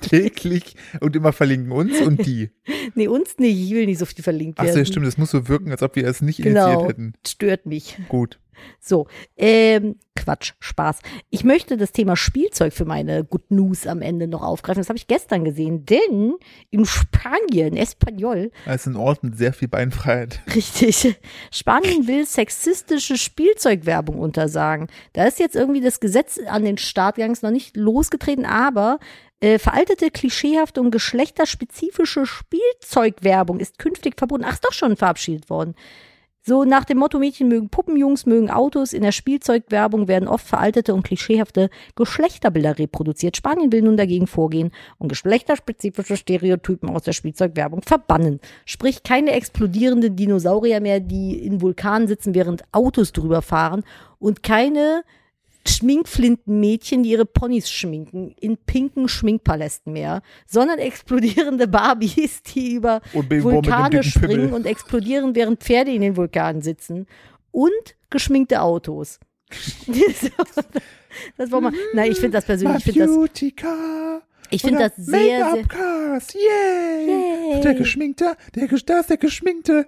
täglich und immer verlinken uns und die.
Nee, uns nicht. Ich will nicht so viel verlinkt
Ach
werden.
so, ja, stimmt, das muss so wirken, als ob wir es nicht
Genau.
initiiert hätten.
Stört mich.
Gut.
So, ähm, Quatsch, Spaß. Ich möchte das Thema Spielzeug für meine Good News am Ende noch aufgreifen. Das habe ich gestern gesehen, denn in Spanien, Espanol,
Es ist ein Ort mit sehr viel Beinfreiheit.
richtig, Spanien will sexistische Spielzeugwerbung untersagen. Da ist jetzt irgendwie das Gesetz an den Start gegangen, ist noch nicht losgetreten, aber äh, veraltete, klischeehafte und geschlechterspezifische Spielzeugwerbung ist künftig verboten. Ach, ist doch schon verabschiedet worden. So nach dem Motto Mädchen mögen Puppen, Jungs mögen Autos. In der Spielzeugwerbung werden oft veraltete und klischeehafte Geschlechterbilder reproduziert. Spanien will nun dagegen vorgehen und geschlechterspezifische Stereotypen aus der Spielzeugwerbung verbannen. Sprich keine explodierenden Dinosaurier mehr, die in Vulkanen sitzen, während Autos drüber fahren und keine Schminkflintenmädchen, die ihre Ponys schminken, in pinken Schminkpalästen mehr, sondern explodierende Barbies, die über
Und Baby Bomb mit dem
Vulkane
dicken Pimmel.
springen und explodieren, während Pferde in den Vulkanen sitzen. Und geschminkte Autos. das war mal. Nein, ich finde das persönlich, ich finde das,
Beauty-Car.
ich finde das sehr, sehr.
Make-up-Cars, yay.
Yay.
Der geschminkte, der, gesch- da ist der geschminkte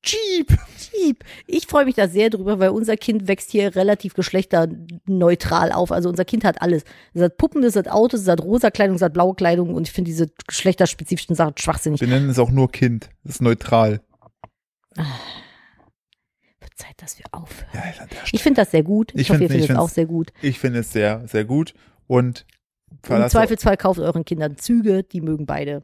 Jeep.
Jeep. Ich freue mich da sehr drüber, weil unser Kind wächst hier relativ geschlechterneutral auf. Also unser Kind hat alles. Es hat Puppen, es hat Autos, es hat rosa Kleidung, es hat blaue Kleidung und ich finde diese geschlechterspezifischen Sachen schwachsinnig.
Wir nennen es auch nur Kind. Das ist neutral.
Wird Zeit, dass wir aufhören.
Ja, Alter, der
Ich finde das sehr gut. Ich,
Ich
hoffe, ihr
find's nicht, ich
findet es auch
find's-
sehr gut.
Ich finde es sehr, sehr gut. Und
Im
verlasse
Zweifelsfall kauft euren Kindern Züge, die mögen beide.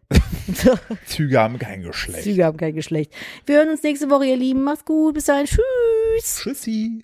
Züge haben kein Geschlecht.
Züge haben kein Geschlecht. Wir hören uns nächste Woche, ihr Lieben. Macht's gut. Bis dahin. Tschüss.
Tschüssi.